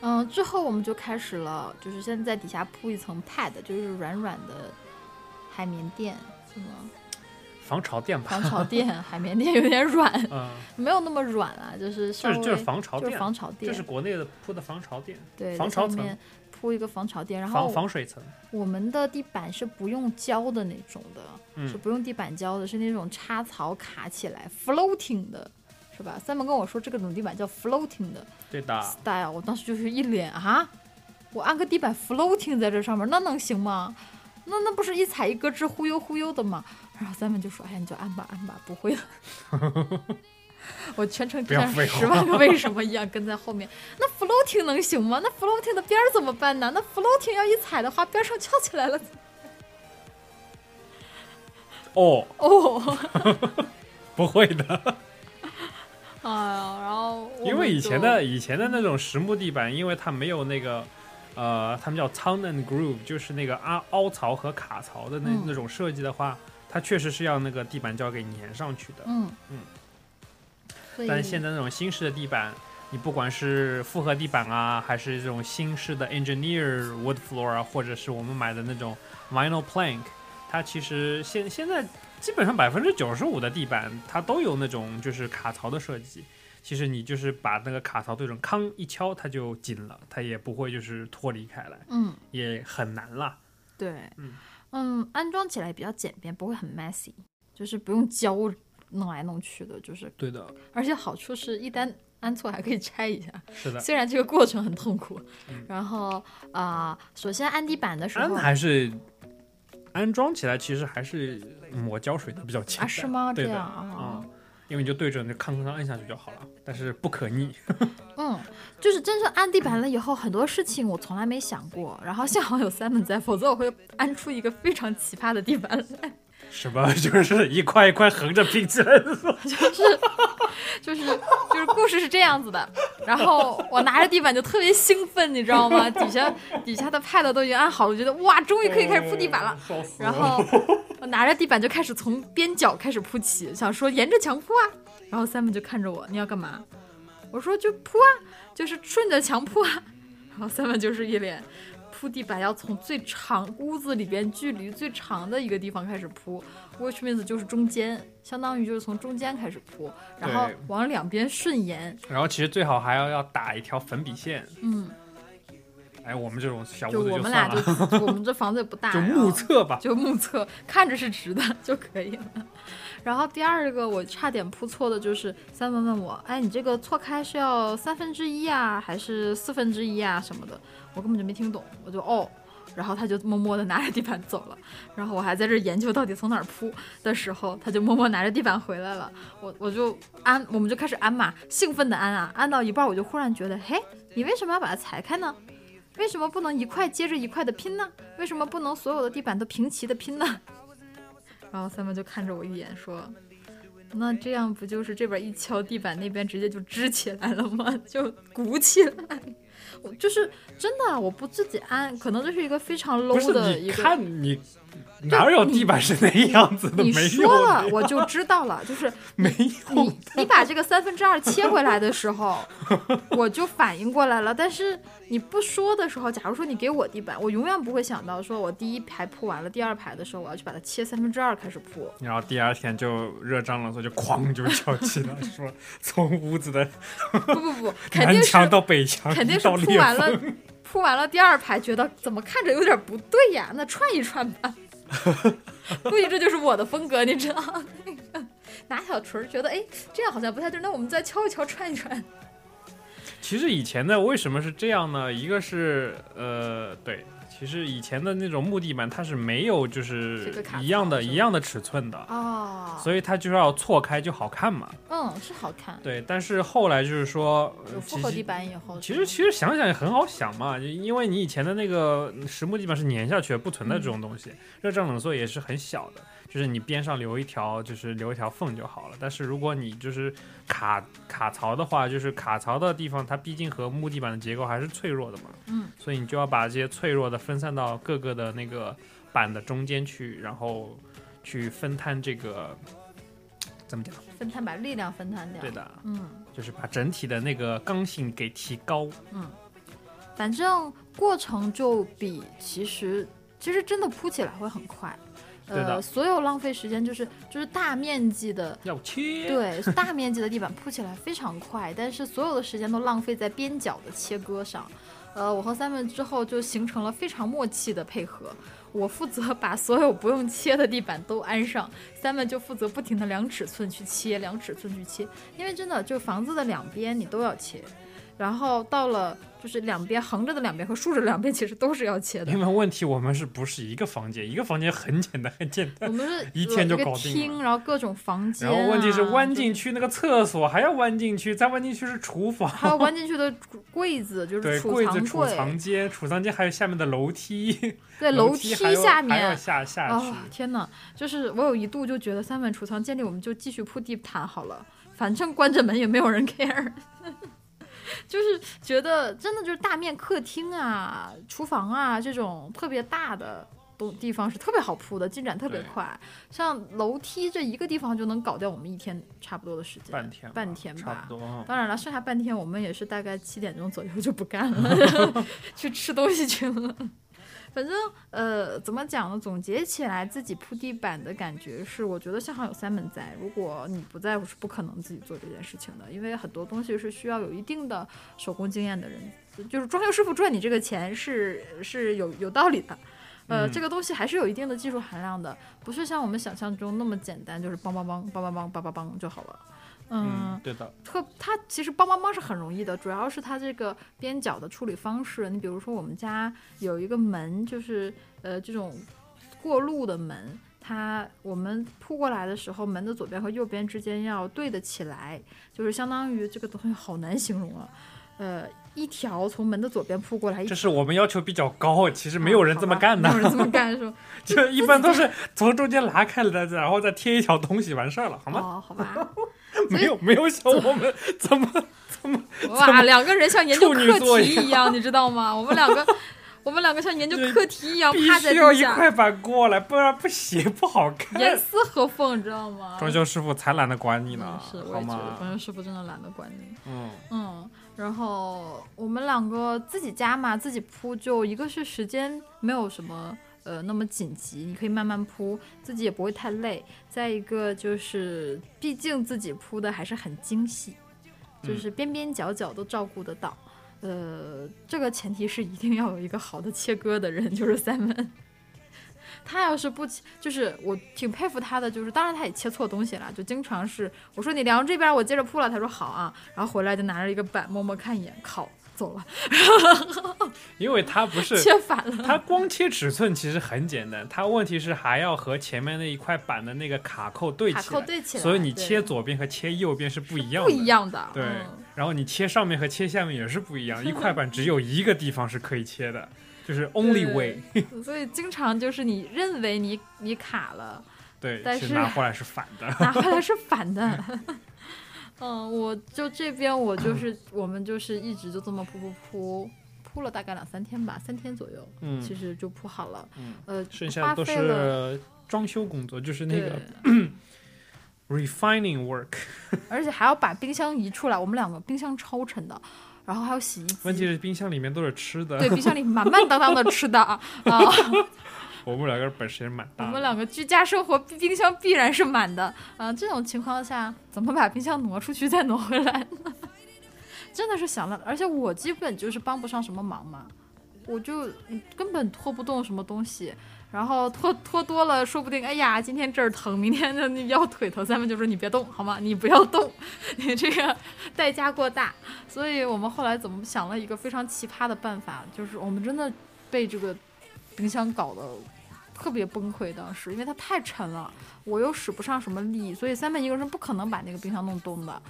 S1: 嗯，之后我们就开始了，就是先在底下铺一层 pad，就是软软的海绵垫，什么
S2: 防潮垫吧，
S1: 防潮垫，海绵垫有点软，
S2: 嗯，
S1: 没有那么软啊，就是稍
S2: 就
S1: 微
S2: 是就是防潮
S1: 就是
S2: 垫，
S1: 防潮垫，
S2: 这是国内的铺的防潮垫，
S1: 对，
S2: 防
S1: 在
S2: 潮
S1: 上
S2: 层
S1: 面铺一个防潮垫，然后
S2: 防防水层，
S1: 我们的地板是不用胶的那种的，
S2: 嗯
S1: 是不用地板胶的，是那种插槽卡起来 floating 的，是吧？三毛跟我说这个种地板叫 floating 的
S2: 对的，
S1: style，我当啊时就是一脸啊，我安个地板 floating 在这上面，那能行吗？那那不是一踩一咯吱忽悠忽悠的吗？然后三毛就说：“哎呀，你就按吧按吧，不会的。” 我全程
S2: 不
S1: 就
S2: 要
S1: 像
S2: 废话
S1: 十万个为什么一样跟在后面。那 floating 能行吗？那 floating 的边儿怎么办呢？那 floating 要一踩的话，边儿上翘起来了
S2: 哦，
S1: 哦，
S2: 不会的，
S1: 哎呀，然后我们
S2: 因为以前
S1: 就嗯
S2: 的以前的那种实木地板，因为它没有那个。呃，他们叫 ton and groove，就是那个凹凹槽和卡槽的那、
S1: 嗯
S2: 那种设计的话，它确实是要那个地板胶给粘上去的。
S1: 嗯
S2: 嗯，
S1: 所以
S2: 但是现在那种新式的地板，你不管是复合地板啊，还是这种新式的 engineer wood floor 啊，或者是我们买的那种 vinyl plank，它其实现现在基本上百分之九十五的地板它都有那种就是卡槽的设计。其实你就是把那个卡槽对准，康一敲它就紧了，它也不会就是脱离开来，
S1: 嗯
S2: 也很难啦。
S1: 对
S2: 嗯
S1: 嗯安装起来比较简便，不会很 messy，就是不用胶弄来弄去的，就是
S2: 对的，
S1: 而且好处是一旦安错还可以拆一下，
S2: 是的。
S1: 虽然这个过程很痛苦。然后啊、首先安地板的时
S2: 嗯安
S1: 候
S2: 还是安装起来，其实还是抹胶水的比较简单。
S1: 啊是吗？
S2: 对
S1: 这
S2: 的，
S1: 样啊
S2: 嗯，因为你就对准那康康上摁下去就好了，但是不可逆。
S1: 嗯，就是真正安地板了以后，很多事情我从来没想过。然后 幸好有 Simon 在，否则我会安出一个非常奇葩的地板来。
S2: 什么？ 就是一块一块横着拼起来的。
S1: 就是就是故事是这样子的，然后我拿着地板就特别兴奋，你知道吗？底下底下的 pad 都已经按好了，我觉得哇，终于可以开始铺地板 了。
S2: 笑死
S1: 然后我拿着地板就开始从边角开始铺起，想说沿着墙铺啊。然后 Simon 就看着我，你要干嘛？我说就铺啊，就是顺着墙铺啊。然后 Simon 就是一脸铺地板要从最长屋子里边距离最长的一个地方开始铺，which means 就是中间，相当于就是从中间开始铺，然后
S2: 对
S1: 往两边顺延，
S2: 然后其实最好还要要打一条粉笔线。
S1: 嗯，
S2: 哎，我们这种小屋
S1: 就
S2: 子
S1: 我们俩
S2: 算
S1: 就
S2: 了，
S1: 我们这房子也不大，
S2: 就
S1: 然后
S2: 目测吧。
S1: 就目测看着是直的就可以了。然后第二个我差点扑错的就是三文问我，哎，你这个错开是要三分之一啊，还是四分之一啊什么的？我根本就没听懂，我就哦。然后他就默默地拿着地板走了，然后我还在这儿研究到底从哪儿铺的时候，他就默默拿着地板回来了。我我就安，我们就开始安嘛，兴奋的安啊，安到一半我就忽然觉得，嘿，你为什么要把它裁开呢？为什么不能一块接着一块的拼呢？为什么不能所有的地板都平齐的拼呢？ 然后三毛就看着我一眼说：“那这样不就是这边一敲地板，那边直接就支起来了吗？ 就鼓起来。”我就是真的，我不自己安，可能这是一个非常
S2: 不是
S1: low 的一
S2: 你
S1: 个。
S2: 看你哪有地板是那样子的？
S1: 你
S2: 没有
S1: 说了，
S2: 的，
S1: 我就知道了。就是
S2: 没有
S1: 你。你把这个三分之二切回来的时候，我就反应过来了。但是你不说的时候，假如说你给我地板，我永远不会想到，说我第一排铺完了，第二排的时候我要去把它切三分之二开始铺。
S2: 然后第二天就热胀冷缩，就哐就翘起 来，说从屋子的
S1: 不不 不，肯
S2: 南
S1: 定是
S2: 墙到北墙，
S1: 肯定是
S2: 到
S1: 铺
S2: 裂
S1: 完
S2: 缝。
S1: 了，铺完了第二排，觉得怎么看着有点不对呀？那串一串 吧。估计这就是我的风格，你知道？那个 拿小锤儿觉得哎，这样好像不太对，那我们再敲一敲，串一串。
S2: 其实以前的为什么是这样呢？一个是呃，对，其实以前的那种木地板它是没有就
S1: 这
S2: 是
S1: 个卡槽
S2: 一样的
S1: 是吧
S2: 一样的尺寸的，
S1: 哦，
S2: 所以它就要错开就好看嘛。
S1: 嗯，是好看。
S2: 对，但是后来就是说，呃
S1: 有复合地。板以后，
S2: 其实其实其实想想也很好想嘛，就因为你以前的那个嗯实木地板是粘下去的，不存在这种东
S1: 嗯
S2: 西，热胀冷缩也是很小的，就是你边上留一条就是留一条缝就好了。但是如果你就是卡卡槽的话，就是卡槽的地方它毕竟和木地板的结构还是脆弱的嘛，
S1: 嗯，
S2: 所以你就要把这些脆弱的分散到各个的那个板的中间去，然后去分摊这个怎么讲？
S1: 分摊把力量分摊掉。
S2: 对，的，
S1: 啊
S2: 啊
S1: 嗯，
S2: 就是把整体的那个刚性给提高。
S1: 反正过程就比其实其实真的铺起来会很快，
S2: 对的
S1: 呃，所有浪费时间就是就是大面积的，
S2: 要切，，
S1: 对，大面积的地板铺起来非常快，但是所有的时间都浪费在边角的切割上。呃，我和 Simon 之后就形成了非常默契的配合。我负责把所有不用切的地板都安上，Simon 就负责不停的量尺寸去切，量尺寸去切。因为真的，就房子的两边你都要切，然后到了就是两边横着的两边和竖着的两边其实都是要切的
S2: 因。为问题我们是不是一个房间？一个房间很简单，很简
S1: 我
S2: 单。
S1: 们是
S2: 一天就
S1: 有个
S2: 搞定了
S1: 厅，然后各种房 间、
S2: 然
S1: 啊。
S2: 后问题是弯
S1: 就
S2: 进去那个厕所还要弯进去，再弯进去是厨房，
S1: 还有弯进去的柜子，就
S2: 对，
S1: 是
S2: 柜子、
S1: 藏
S2: 储
S1: 柜，
S2: 藏间、储藏间还有下面的楼梯，
S1: 对
S2: 楼
S1: 梯
S2: 还要
S1: 下
S2: 还要
S1: 面。
S2: 下下去
S1: 哦，，天哪！就是我有一度就觉得三本储藏建立，我们就继续铺地毯好了，反正关着门也没有人 care。就是觉得真的就是大面客厅啊、厨房啊这种特别大的东地方是特别好铺的，进展特别
S2: 对
S1: 快。像楼梯这一个地方就能搞掉我们一天差不多的时间，
S2: 半天吧
S1: 半天吧，
S2: 差不多。嗯
S1: 当然了，剩下半天我们也是大概七点钟左右就不干了，去吃东西去了。反正呃，怎么讲呢？总结起来，自己铺地板的感觉是，我觉得幸好有 Simon 在。如果你不在，我是不可能自己做这件事情的，因为很多东西是需要有一定的手工经验的人，就是装修师傅赚你这个钱是是有有道理的。呃，
S2: 嗯
S1: 这个东西还是有一定的技术含量的，不是像我们想象中那么简单，就是梆梆梆梆梆梆梆梆梆就好了。嗯
S2: 嗯，对的，
S1: 特它其实帮帮帮是很容易的，主要是它这个边角的处理方式。你比如说我们家有一个门，就是呃这种过路的门，它我们铺过来的时候，门的左边和右边之间要对得起来，就是相当于这个东西好难形容啊，呃一条从门的左边铺过来，一
S2: 这是我们要求比较高，其实没有人这么干
S1: 哦好吧
S2: 的，
S1: 没有人这么干是吧？
S2: 就一般都是从中间拉开了的，然后再贴一条东西完事儿了，好吗？
S1: 哦，好吧，
S2: 没有没有想我们怎 么
S1: 哦哇，两个人像研究
S2: 处女
S1: 课
S2: 座
S1: 题
S2: 一样
S1: 一样，你知道吗？我们两个。我们两个像研究
S2: 对
S1: 课题一 样
S2: 必
S1: 趴在
S2: 须
S1: 地
S2: 要
S1: 下，
S2: 一块板过来，不然不行不好
S1: 严
S2: 看。
S1: 丝合缝，你知道吗？
S2: 装修师傅才懒得管你呢，
S1: 嗯，是，我
S2: 好
S1: 也觉得
S2: 吗？
S1: 装修师傅真的懒得管你。
S2: 嗯，
S1: 嗯，然后我们两个自己家嘛，自己铺就一个是时间没有什么呃那么紧急，你可以慢慢铺，自己也不会太累。再一个就是，毕竟自己铺的还是很精细，就是边边角角都照顾得到。呃，这个前提是一定要有一个好的切割的人，就是 Simon。他要是不切，就是我挺佩服他的，就是当然他也切错东西了，就经常是我说你量这边，我接着铺了，他说好啊，然后回来就拿着一个板默默看一眼，靠，走了，
S2: 因为它不是
S1: 切反了。
S2: 它光切尺寸其实很简单，它问题是还要和前面那一块板的那个卡扣对起来，
S1: 卡扣对起来
S2: 所以你
S1: 对
S2: 切左边和切右边是不一样
S1: 不
S2: 的，
S1: 一样的，
S2: 对
S1: 嗯，
S2: 然后你切上面和切下面也是不一样，一块板只有一个地方是可以切的，就是 only way，
S1: 嗯所以经常就是你认为你你卡了，
S2: 对，
S1: 但
S2: 其
S1: 是
S2: 实拿回来是反 的。
S1: 拿回来是反的。 嗯，我就这边我就是我们就是一直就这么铺铺铺铺了大概两三天吧，三天左右，
S2: 嗯
S1: 其实就铺好了。
S2: 嗯
S1: 呃，
S2: 剩下的都
S1: 花费了
S2: 是装修工作，就是那
S1: 对
S2: 个 refining work。
S1: 而且还要把冰箱移出来，我们两个冰箱超沉的，然后还有洗衣机。
S2: 问题是冰箱里面都是吃的
S1: 对，，冰箱里满满当当的吃的啊！啊，
S2: 我们两个人本事也蛮
S1: 我
S2: 大
S1: 们
S2: 的。
S1: 两个居家生活，冰箱必然是满的。嗯、这种情况下，怎么把冰箱挪出去再挪回来呢？ 真的是想了，而且我基本就是帮不上什么忙嘛，我就嗯根本拖不动什么东西。然后拖拖多了，说不定哎呀，今天这儿疼，明天就那腰腿疼，咱们就说你别动好吗？你不要动， 你这个代价过大。所以我们后来怎么想了一个非常奇葩的办法，就是我们真的被这个冰箱搞得特别崩溃，当时因为它太沉了，我又使不上什么力，所以三妹一个人不可能把那个冰箱弄动的，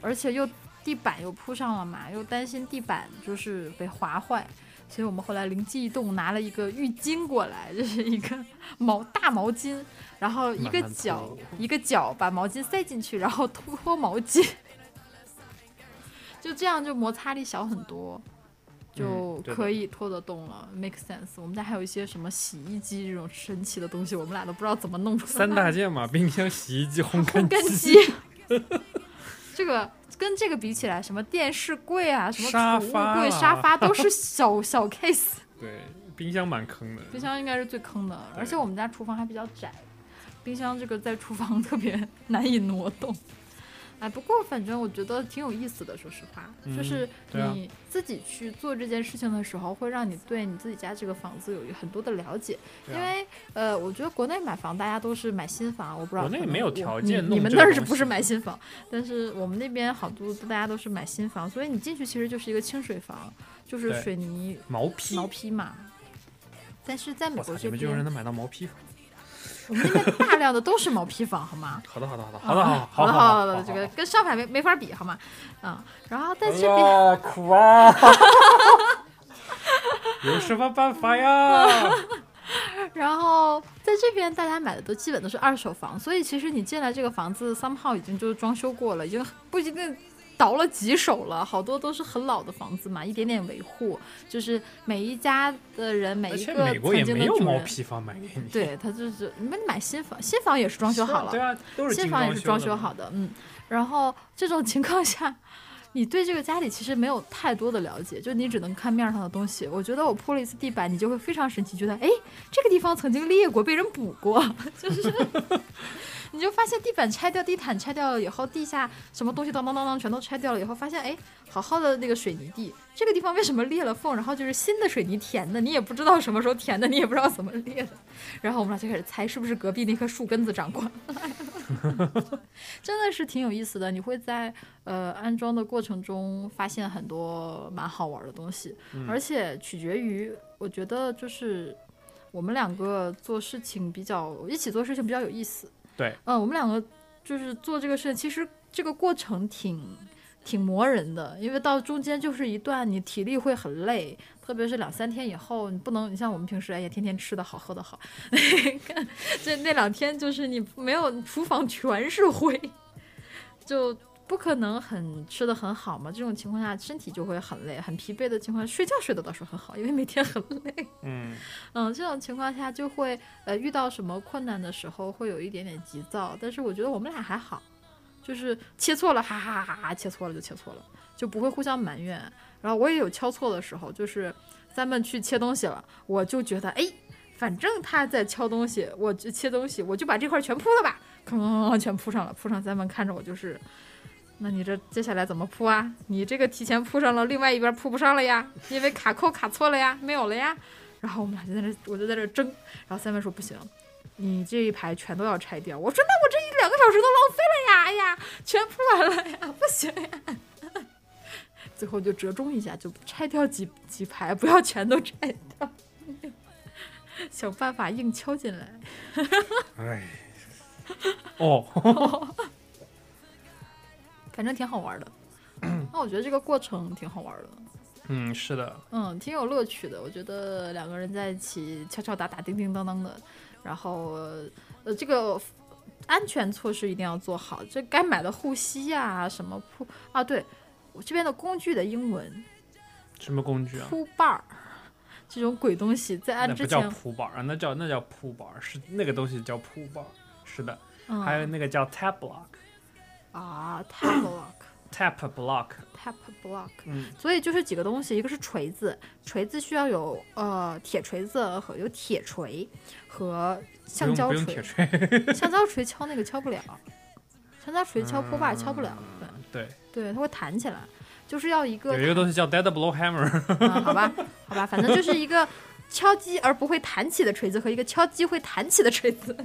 S1: 而且又地板又铺上了嘛，又担心地板就是被划坏，所以我们后来灵机一动，拿了一个浴巾过来，就是一个 毛大毛巾，然后一个
S2: 慢慢
S1: 脚
S2: 搓
S1: 一个脚把毛巾塞进去，然后脱毛巾， 就这样就摩擦力小很多。就
S2: 嗯对的
S1: 可以拖得动了、m a k e sense。我们家还有一些什么洗衣机这种神奇的东西，我们俩都不知道怎么弄出来。
S2: 三大件嘛，冰箱、洗衣机、烘
S1: 烘
S2: 干
S1: 干机， 这个跟这个比起来，什么电视柜啊，什么
S2: 沙
S1: 储物
S2: 发
S1: 柜、
S2: 啊
S1: 沙发都是小小 case。
S2: 对，冰箱蛮坑的。
S1: 冰箱应该是最坑的，而且我们家厨房还比较窄，冰箱这个在厨房特别 难以挪动。哎，不过反正我觉得挺有意思的，说实话，
S2: 嗯
S1: 就是
S2: 对啊
S1: 你自己去做这件事情的时候，会让你对你自己家这个房子有很多的了解。
S2: 对
S1: 因
S2: 啊
S1: 为呃，我觉得国内买房大家都是买新房，我不知道
S2: 国内
S1: 可能
S2: 没有
S1: 我
S2: 条
S1: 你
S2: 件
S1: 你
S2: 弄
S1: 们
S2: 这
S1: 那
S2: 个
S1: 儿是
S2: 东
S1: 不
S2: 西
S1: 是 买新房？但是我们那边好多大家都是买新房，所以你进去其实就是一个清水房，就是
S2: 对
S1: 水泥
S2: 毛坯，
S1: 毛坯嘛。但是在美
S2: 我操
S1: 国，
S2: 你
S1: 这
S2: 们居然
S1: 边，
S2: 能买到毛坯房？
S1: 我们那边大量的都是毛坯房，好吗？
S2: 好的，好的，好的，好
S1: 啊好
S2: 的，
S1: 好
S2: 好的，好
S1: 的好的，
S2: 的，
S1: 这个跟上海没没法比，好吗？啊，然后在这边，
S2: 啊，苦啊！ 有什么办法 呀？
S1: 然后在这边大家买的都基本都是二手房，所以其实你进来这个房子，somehow 已经就是装修过了，已经不一定。倒了几手了，好多都是很老的房子嘛，一点点维护，就是每一家的人，每
S2: 而
S1: 一
S2: 且
S1: 个
S2: 美国也
S1: 曾经
S2: 没
S1: 的
S2: 有
S1: 主
S2: 毛
S1: 人，
S2: 坯房买给你，
S1: 对他就是你们买新房，新房也是装修好了，
S2: 对啊，都是
S1: 新
S2: 精
S1: 房也
S2: 装
S1: 是装
S2: 修
S1: 修
S2: 的
S1: 好的，嗯。然后这种情况下，你对这个家里其实没有太多的了解，就你只能看面上的东西。我觉得我铺了一次地板，你就会非常神奇，觉得哎，这个地方曾经裂过，被人补过， 就是你就发现地板拆掉，地毯拆掉了以后，地下什么东西当当当当全都拆掉了以后，发现哎，好好的那个水泥地，这个地方为什么裂了缝？然后就是新的水泥填的，你也不知道什么时候填的，你也不知道怎么裂的。然后我们俩就开始猜是不是隔壁那棵树根子长过来了真的是挺有意思的。你会在呃安装的过程中发现很多蛮好玩的东西，而且取决于我觉得就是我们两个做事情比较一起做事情比较有意思。
S2: 对，
S1: 嗯，我们两个就是做这个事，其实这个过程挺。挺磨人的，因为到中间就是一段你体力会很累，特别是两三天以后，你不能，你像我们平时，哎呀，天天吃的好，喝的好， 这那两天就是你没有厨房全是灰，就不可能很吃的很好嘛。这种情况下，身体就会很累，很疲惫的情况下，睡觉睡得倒是很好，因为每天很累。
S2: 嗯，
S1: 嗯，这种情况下就会呃遇到什么困难的时候会有一点点急躁，但是我觉得我们俩还好，就是切错了，哈哈哈哈，切错了就切错了，就不会互相埋怨。然后我也有敲错的时候，就是咱们去切东西了，我就觉得哎，反正他在敲东西，我就切东西，我就把这块全铺了吧，哐哐哐哐全铺上了，铺上咱们看着我就是。那你这接下来怎么铺啊？你这个提前铺上了，另外一边铺不上了呀，因为卡扣卡错了呀，没有了呀。然后我们俩就在这，我就在这争。然后三妹说不行，你这一排全都要拆掉。我说那我这一两个小时都浪费了呀，哎呀，全铺完了呀，不行呀。 最后就折中一下，就拆掉几几排，不要全都拆掉， 想办法硬敲进来。
S2: 哎，哦，
S1: 反正挺好玩的。那我觉得这个过程挺好玩的，
S2: 嗯，是的，
S1: 嗯，挺有乐趣的。我觉得两个人在一起敲敲打打、叮叮当当的，然后呃，这个安全措施一定要做好，这该买的护膝呀、什么铺啊，对我这边的工具的英文
S2: 什么工具啊？
S1: 铺把儿这种鬼东西，在按
S2: 那不
S1: 之
S2: 叫
S1: 前，
S2: 铺板啊，那叫那叫铺板，是那个东西叫铺板，是的，
S1: 嗯
S2: 还有那个叫 tap block，tap
S1: 啊，tap block，tap
S2: block，
S1: block，
S2: 嗯，
S1: 所以就是几个东西，一个是锤子，锤子需要有呃铁锤子和有铁锤和
S2: 不
S1: 橡
S2: 用
S1: 胶
S2: 不用
S1: 锤
S2: 铁，锤，
S1: 橡胶锤敲那个敲不了，橡胶锤敲坡把敲不了，
S2: 嗯对，
S1: 对对，它会弹起来，就是要一个
S2: 有一个东西叫 dead blow hammer，
S1: 嗯，好吧，好吧，反正就是一个敲击而不会弹起的锤子和一个敲击会弹起的锤子，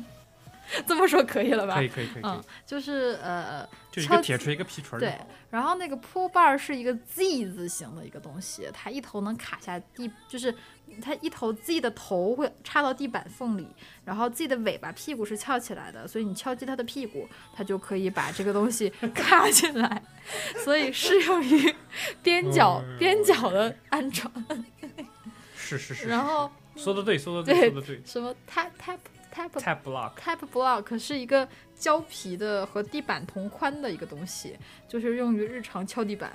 S1: 这么说可以了吧？
S2: 可以可以可以，可以
S1: 嗯，就是呃，
S2: 就是一个
S1: 敲
S2: 铁锤一个皮锤，
S1: 对，，然后那个坡把儿是一个 Z 字形的一个东西，它一头能卡下地，就是它一头 Z 的头会插到地板缝里，然后 Z 的尾巴屁股是翘起来的，所以你敲击它的屁股，它就可以把这个东西 卡进来，所以适用于边角边角的安装。
S2: 是是是，
S1: 然后
S2: 是说的对，说的
S1: 对
S2: 说的对
S1: 什么 tap tap tap
S2: ，tap block，
S1: Tap Block 是一个胶皮的和地板同宽的一个东西，就是用于日常敲地板。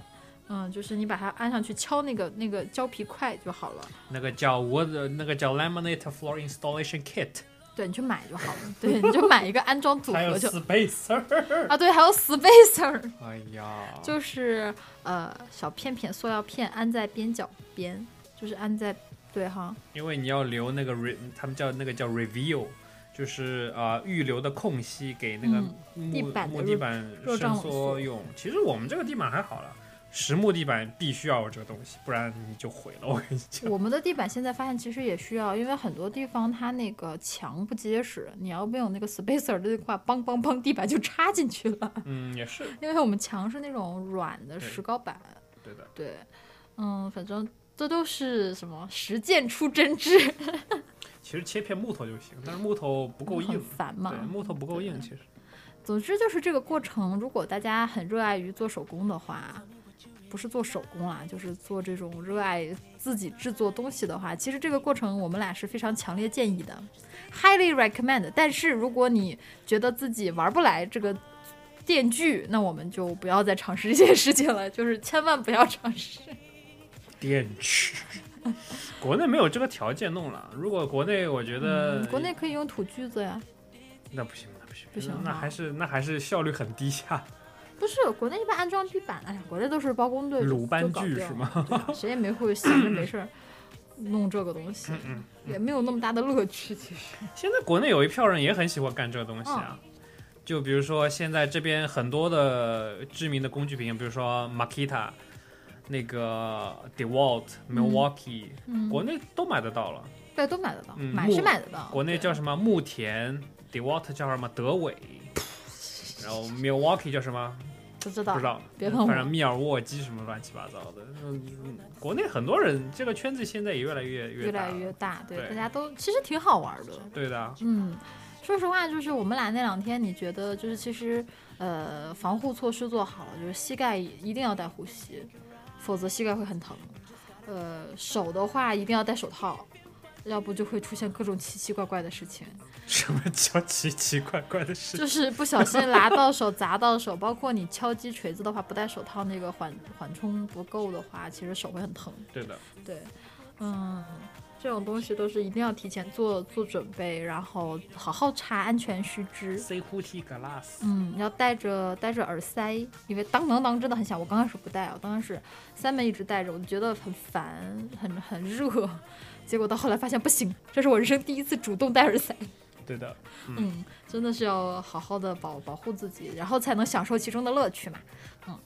S1: 嗯，就是你把它安上去敲那个那个胶皮块就好了。
S2: 那个叫 wood，那个叫 laminate floor installation kit，
S1: 对，你去买就好了。对，你就买一个安装组
S2: 还有
S1: 合就
S2: spacer，
S1: 啊，对，还有 spacer，
S2: 哎呀，
S1: 就是呃小片片塑料片安在边角边，就是安在对哈，
S2: 因为你要留那个 re，他们叫那个叫 reveal，就是呃预留的空隙给那个
S1: 嗯
S2: 木、
S1: 地板的
S2: 木
S1: 肉
S2: 地板
S1: 肉
S2: 伸
S1: 状
S2: 缩
S1: 萎缩
S2: 用。其实我们这个地板还好了，实木地板必须要有这个东西，不然你就毁了。我跟你讲，
S1: 我们的地板现在发现其实也需要，因为很多地方它那个墙不结实，你要没有那个 spacer 的话，梆梆梆地板就插进去了。
S2: 嗯，也是
S1: 因为我们墙是那种软的
S2: 对
S1: 石膏板，
S2: 对的。
S1: 对，嗯，反正这都是什么实践出真知，
S2: 其实切片木头就行，但是木头不够
S1: 很
S2: 硬，
S1: 烦
S2: 对，
S1: 嗯嘛。
S2: 木头不够硬，其实
S1: 总之就是这个过程，如果大家很热爱于做手工的话，不是做手工啦，就是做这种热爱自己制作东西的话，其实这个过程我们俩是非常强烈建议的，highly recommend。但是如果你觉得自己玩不来这个电锯，那我们就不要再尝试这些事情了，就是千万不要尝试。
S2: 电池。 国内没有这个条件弄了，如果国内，我觉得、
S1: 嗯，国内可以用土锯子呀，
S2: 那不行，那不行，
S1: 不行啊
S2: 那
S1: 哈
S2: 还是那还是效率很低下。
S1: 不是国内一般安装地板，哎呀，国内都是包工队
S2: 鲁班
S1: 就
S2: 锯
S1: 搞定
S2: 是
S1: 了
S2: 吗？
S1: 谁也没会闲着没事儿弄这个东西，
S2: 嗯
S1: 也没有那么大的乐趣。其实，
S2: 现在国内有一票人也很喜欢干这个东西啊，
S1: 嗯
S2: 就比如说现在这边很多的知名的工具品，比如说 Makita、那个 DeWalt、Milwaukee，、
S1: 嗯，
S2: 国内都买得到了。
S1: 对，都买得到，
S2: 嗯
S1: 买
S2: 木
S1: 是买得到。
S2: 国内
S1: 对
S2: 叫什么木田，DeWalt 叫什么德伟，然后 Milwaukee 叫什么
S1: 不知道，
S2: 不知道，
S1: 别碰我
S2: 反正密尔沃基什么乱七八糟的。嗯，嗯国内很多人这个圈子现在也越来越
S1: 越
S2: 大
S1: 来
S2: 了
S1: 越大，对，
S2: 对
S1: 大家都其实挺好玩的。
S2: 对的啊，
S1: 嗯，说实话，就是我们俩那两天，你觉得就是其实呃，防护措施做好了，就是膝盖一定要戴护膝，否则膝盖会很疼。呃，手的话一定要戴手套，要不就会出现各种奇奇怪怪的事情。
S2: 什么叫奇奇怪怪的事？
S1: 就是不小心拿到手、 砸到手，包括你敲击锤子的话，不戴手套那个缓缓冲不够的话，其实手会很疼。
S2: 对的，
S1: 对，嗯，这种东西都是一定要提前做做准备，然后好好查安全须知。
S2: safety glass。
S1: 嗯，要戴着戴着耳塞，因为当当当真的很响。我刚开始不戴，啊我刚开始三妹一直戴着，我就觉得很烦，很很热。结果到后来发现不行，这是我人生第一次主动戴耳塞。
S2: 对的，
S1: 嗯，真的是要好好的保保护自己，然后才能享受其中的乐趣嘛。嗯，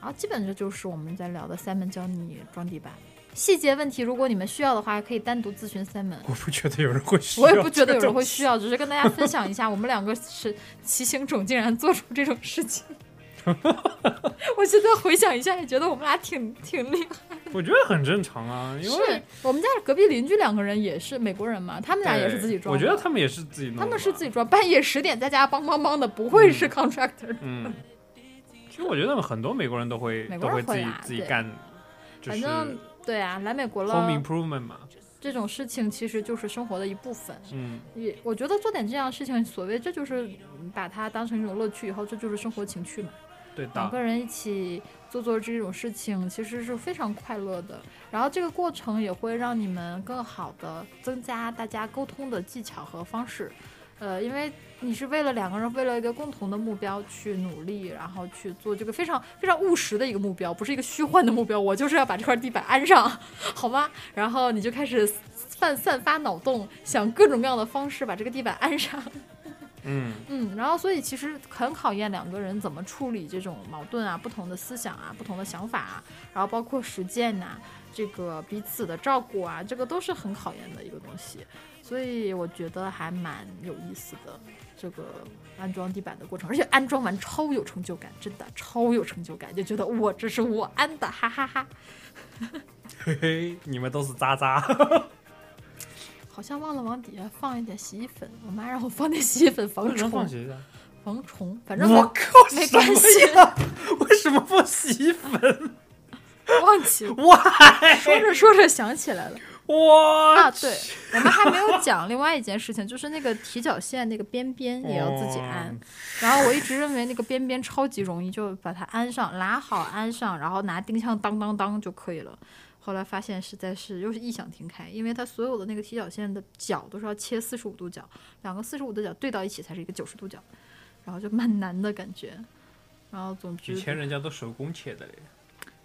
S1: 然后基本这就是我们在聊的 Simon 教你装地板细节问题，如果你们需要的话，可以单独咨询 Simon。
S2: 我不觉得有人会需要
S1: 我
S2: 这
S1: 也
S2: 个东西。
S1: 不觉得有人会需要，只是跟大家分享一下，我们两个 是骑行种竟然做出这种事情。我现在回想一下，也觉得我们俩挺挺厉害。
S2: 我觉得很正常啊，因为
S1: 是我们家隔壁邻居两个人也是美国人嘛，他们俩也是自己
S2: 对
S1: 装
S2: 我
S1: 的。
S2: 觉得他们也是自己弄的吧，
S1: 他们是自己装，半夜十点在家梆梆梆的，不会是 contractor。
S2: 嗯，其实我觉得很多美国人都会
S1: 美
S2: 都
S1: 国人
S2: 自
S1: 会
S2: 己
S1: 啦
S2: 自己
S1: 对
S2: 干，就是
S1: 反正对啊，来美国
S2: home
S1: 了，
S2: improvement 嘛，
S1: 这种事情其实就是生活的一部分。
S2: 嗯，
S1: 也我觉得做点这样的事情，所谓这就是嗯把它当成一种乐趣，以后这就是生活情趣嘛。
S2: 对
S1: 两
S2: 的，
S1: 个人一起做做这种事情，其实是非常快乐的。然后这个过程也会让你们更好的增加大家沟通的技巧和方式。呃，因为你是为了两个人为了一个共同的目标去努力，然后去做这个非常非常务实的一个目标，不是一个虚幻的目标。我就是要把这块地板安上， 好吗？然后你就开始散散发脑洞，想各种各样的方式把这个地板安上。
S2: 嗯，
S1: 嗯，然后所以其实很考验两个人怎么处理这种矛盾啊、不同的思想啊、不同的想法啊，然后包括实践呐、这个彼此的照顾啊，这个都是很考验的一个东西。所以我觉得还蛮有意思的这个安装地板的过程，而且安装完超有成就感，真的超有成就感，就觉得我这是我安的，哈哈哈
S2: 嘿嘿，你们都是渣渣，
S1: 好像忘了往底下放一点洗衣粉，我妈让我放点洗衣粉防
S2: 能放
S1: 虫，
S2: 学的。啊
S1: 防虫，反正
S2: 我靠，
S1: 没
S2: 什么
S1: 关系
S2: 呀，为什么放洗衣粉？
S1: 忘记了，
S2: 哇
S1: 说着说着想起来了。
S2: 哇
S1: 啊，对， 我们还没有讲另外一件事情，就是那个提脚线那个边边也要自己安
S2: 哦。
S1: 然后我一直认为那个边边超级容易，就把它安上，拉好安上，然后拿钉枪当当当就可以了。后来发现实在是又是异想天开，因为它所有的那个提脚线的角都是要切四十五度角，两个四十五度角对到一起才是一个九十度角，然后就蛮难的感觉。然后总之
S2: 以前人家都手工切的嘞，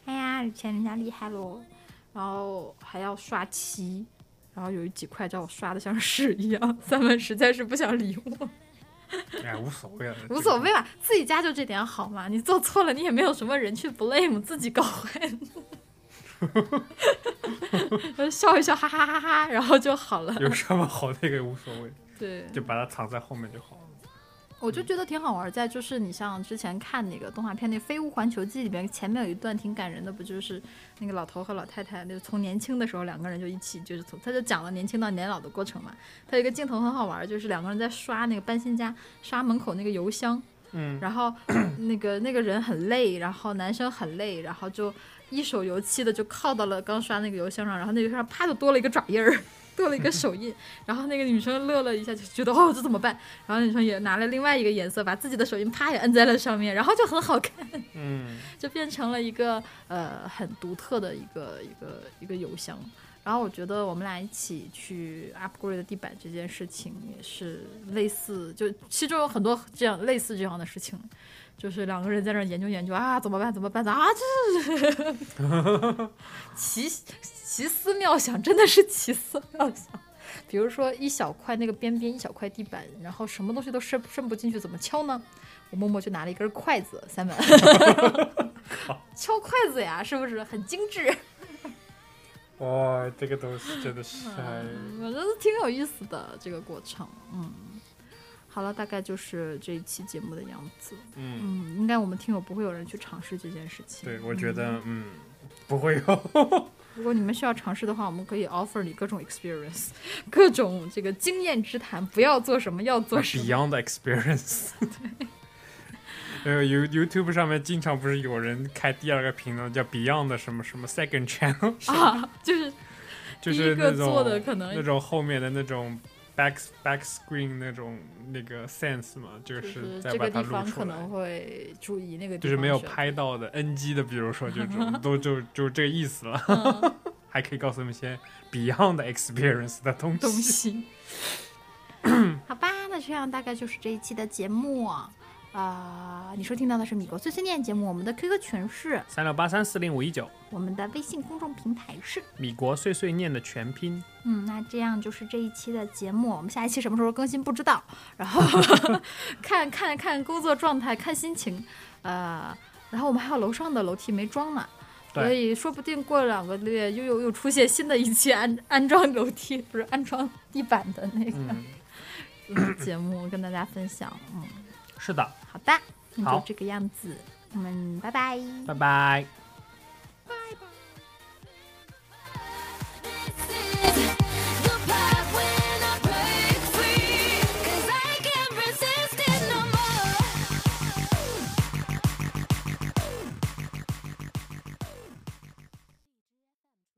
S1: 哎呀，以前人家厉害喽，然后还要刷漆，然然后有几块叫我刷的像屎一样，三文实在是不想理我，
S2: 哎，无所谓了，
S1: 无所谓吧，啊自己家就这点好嘛，你做错了你也没有什么人去 blame，自己搞坏 的，笑一笑，哈哈哈哈，然后就好了
S2: 这。个。有什么好那个也无所谓，
S1: 对，
S2: 就把它藏在后面就好了。
S1: 我就觉得挺好玩儿，在就是你像之前看那个动画片那《飞屋环球记》里边，前面有一段挺感人的，不就是那个老头和老太太，就从年轻的时候两个人就一起，就是从他就讲了年轻到年老的过程嘛。他有一个镜头很好玩儿，就是两个人在刷那个搬新家，刷门口那个邮箱，
S2: 嗯，
S1: 然后那个那个人很累，然后男生很累，然后就一手油漆的就靠到了刚刷那个邮箱上，然后那邮箱上啪就多了一个爪印儿， 多了一个手印，然后那个女生乐了一下，就觉得哦这怎么办？然后女生也拿了另外一个颜色，把自己的手印啪也摁在了上面，然后就很好看，
S2: 嗯，
S1: 就变成了一个呃很独特的一个一个一个邮箱。然后我觉得我们俩一起去 upgrade 地板这件事情也是类似，就其中有很多这样类似这样的事情，就是两个人在那儿研究研究啊，怎么办？怎么办？ 啊，这是奇奇思妙想，真的是奇思妙想。比如说一小块那个边边一小块地板，然后什么东西都伸伸不进去，怎么敲呢？我默默就拿了一根筷子，三本，敲筷子呀，是不是很精致？
S2: 哇，这个东西真的是，哎
S1: 我觉得挺有意思的这个过程。嗯，好了，大概就是这一期节目的样子。
S2: 嗯，
S1: 嗯，应该我们听友不会有人去尝试这件事情。
S2: 对，我觉得嗯不会 有，
S1: 如果你们需要尝试的话，我们可以 offer 你各种 experience，各 种这个经验之谈，不要做什么，要
S2: 啊
S1: 做什么。
S2: Beyond experience。呃，You YouTube 上面经常不是有人开第二个频道叫 Beyond 的什么什么 Second Channel，
S1: 啊，就是
S2: 就
S1: 第一
S2: 是
S1: 个
S2: 那种
S1: 做的可能
S2: 那种后面的那种 back back screen 那种那个 sense 嘛，就
S1: 就是
S2: 是再
S1: 这
S2: 把
S1: 个
S2: 它
S1: 地
S2: 录
S1: 方
S2: 出
S1: 可
S2: 来
S1: 能。会注意那个地
S2: 就
S1: 方
S2: 是没有
S1: 是
S2: 拍到 的 NG 的，比如说这 种，都就就这个意思了。 还可以告诉我们一些 Beyond Experience 的东西。
S1: 东西。好吧，那这样大概就是这一期的节目啊、你收听到的是米国碎碎念节目，我们的 QQ 群是，
S2: 三六八三四零五一九，
S1: 我们的微信公众平台是。
S2: 米国碎碎念的全拼。
S1: 嗯，那这样就是这一期的节目，我们下一期什么时候更新不知道，然后 看看看工作状态，看心情，呃，然后我们还有楼上的楼梯没装呢，
S2: 对
S1: 所以说不定过两个月又又又出现新的一期安安装楼梯，不是安装地板的那个、
S2: 嗯，
S1: 节目跟大家分享。嗯，
S2: 是的，
S1: 好的，那就
S2: 好嗯
S1: 这个样子，我们拜拜。
S2: 拜拜。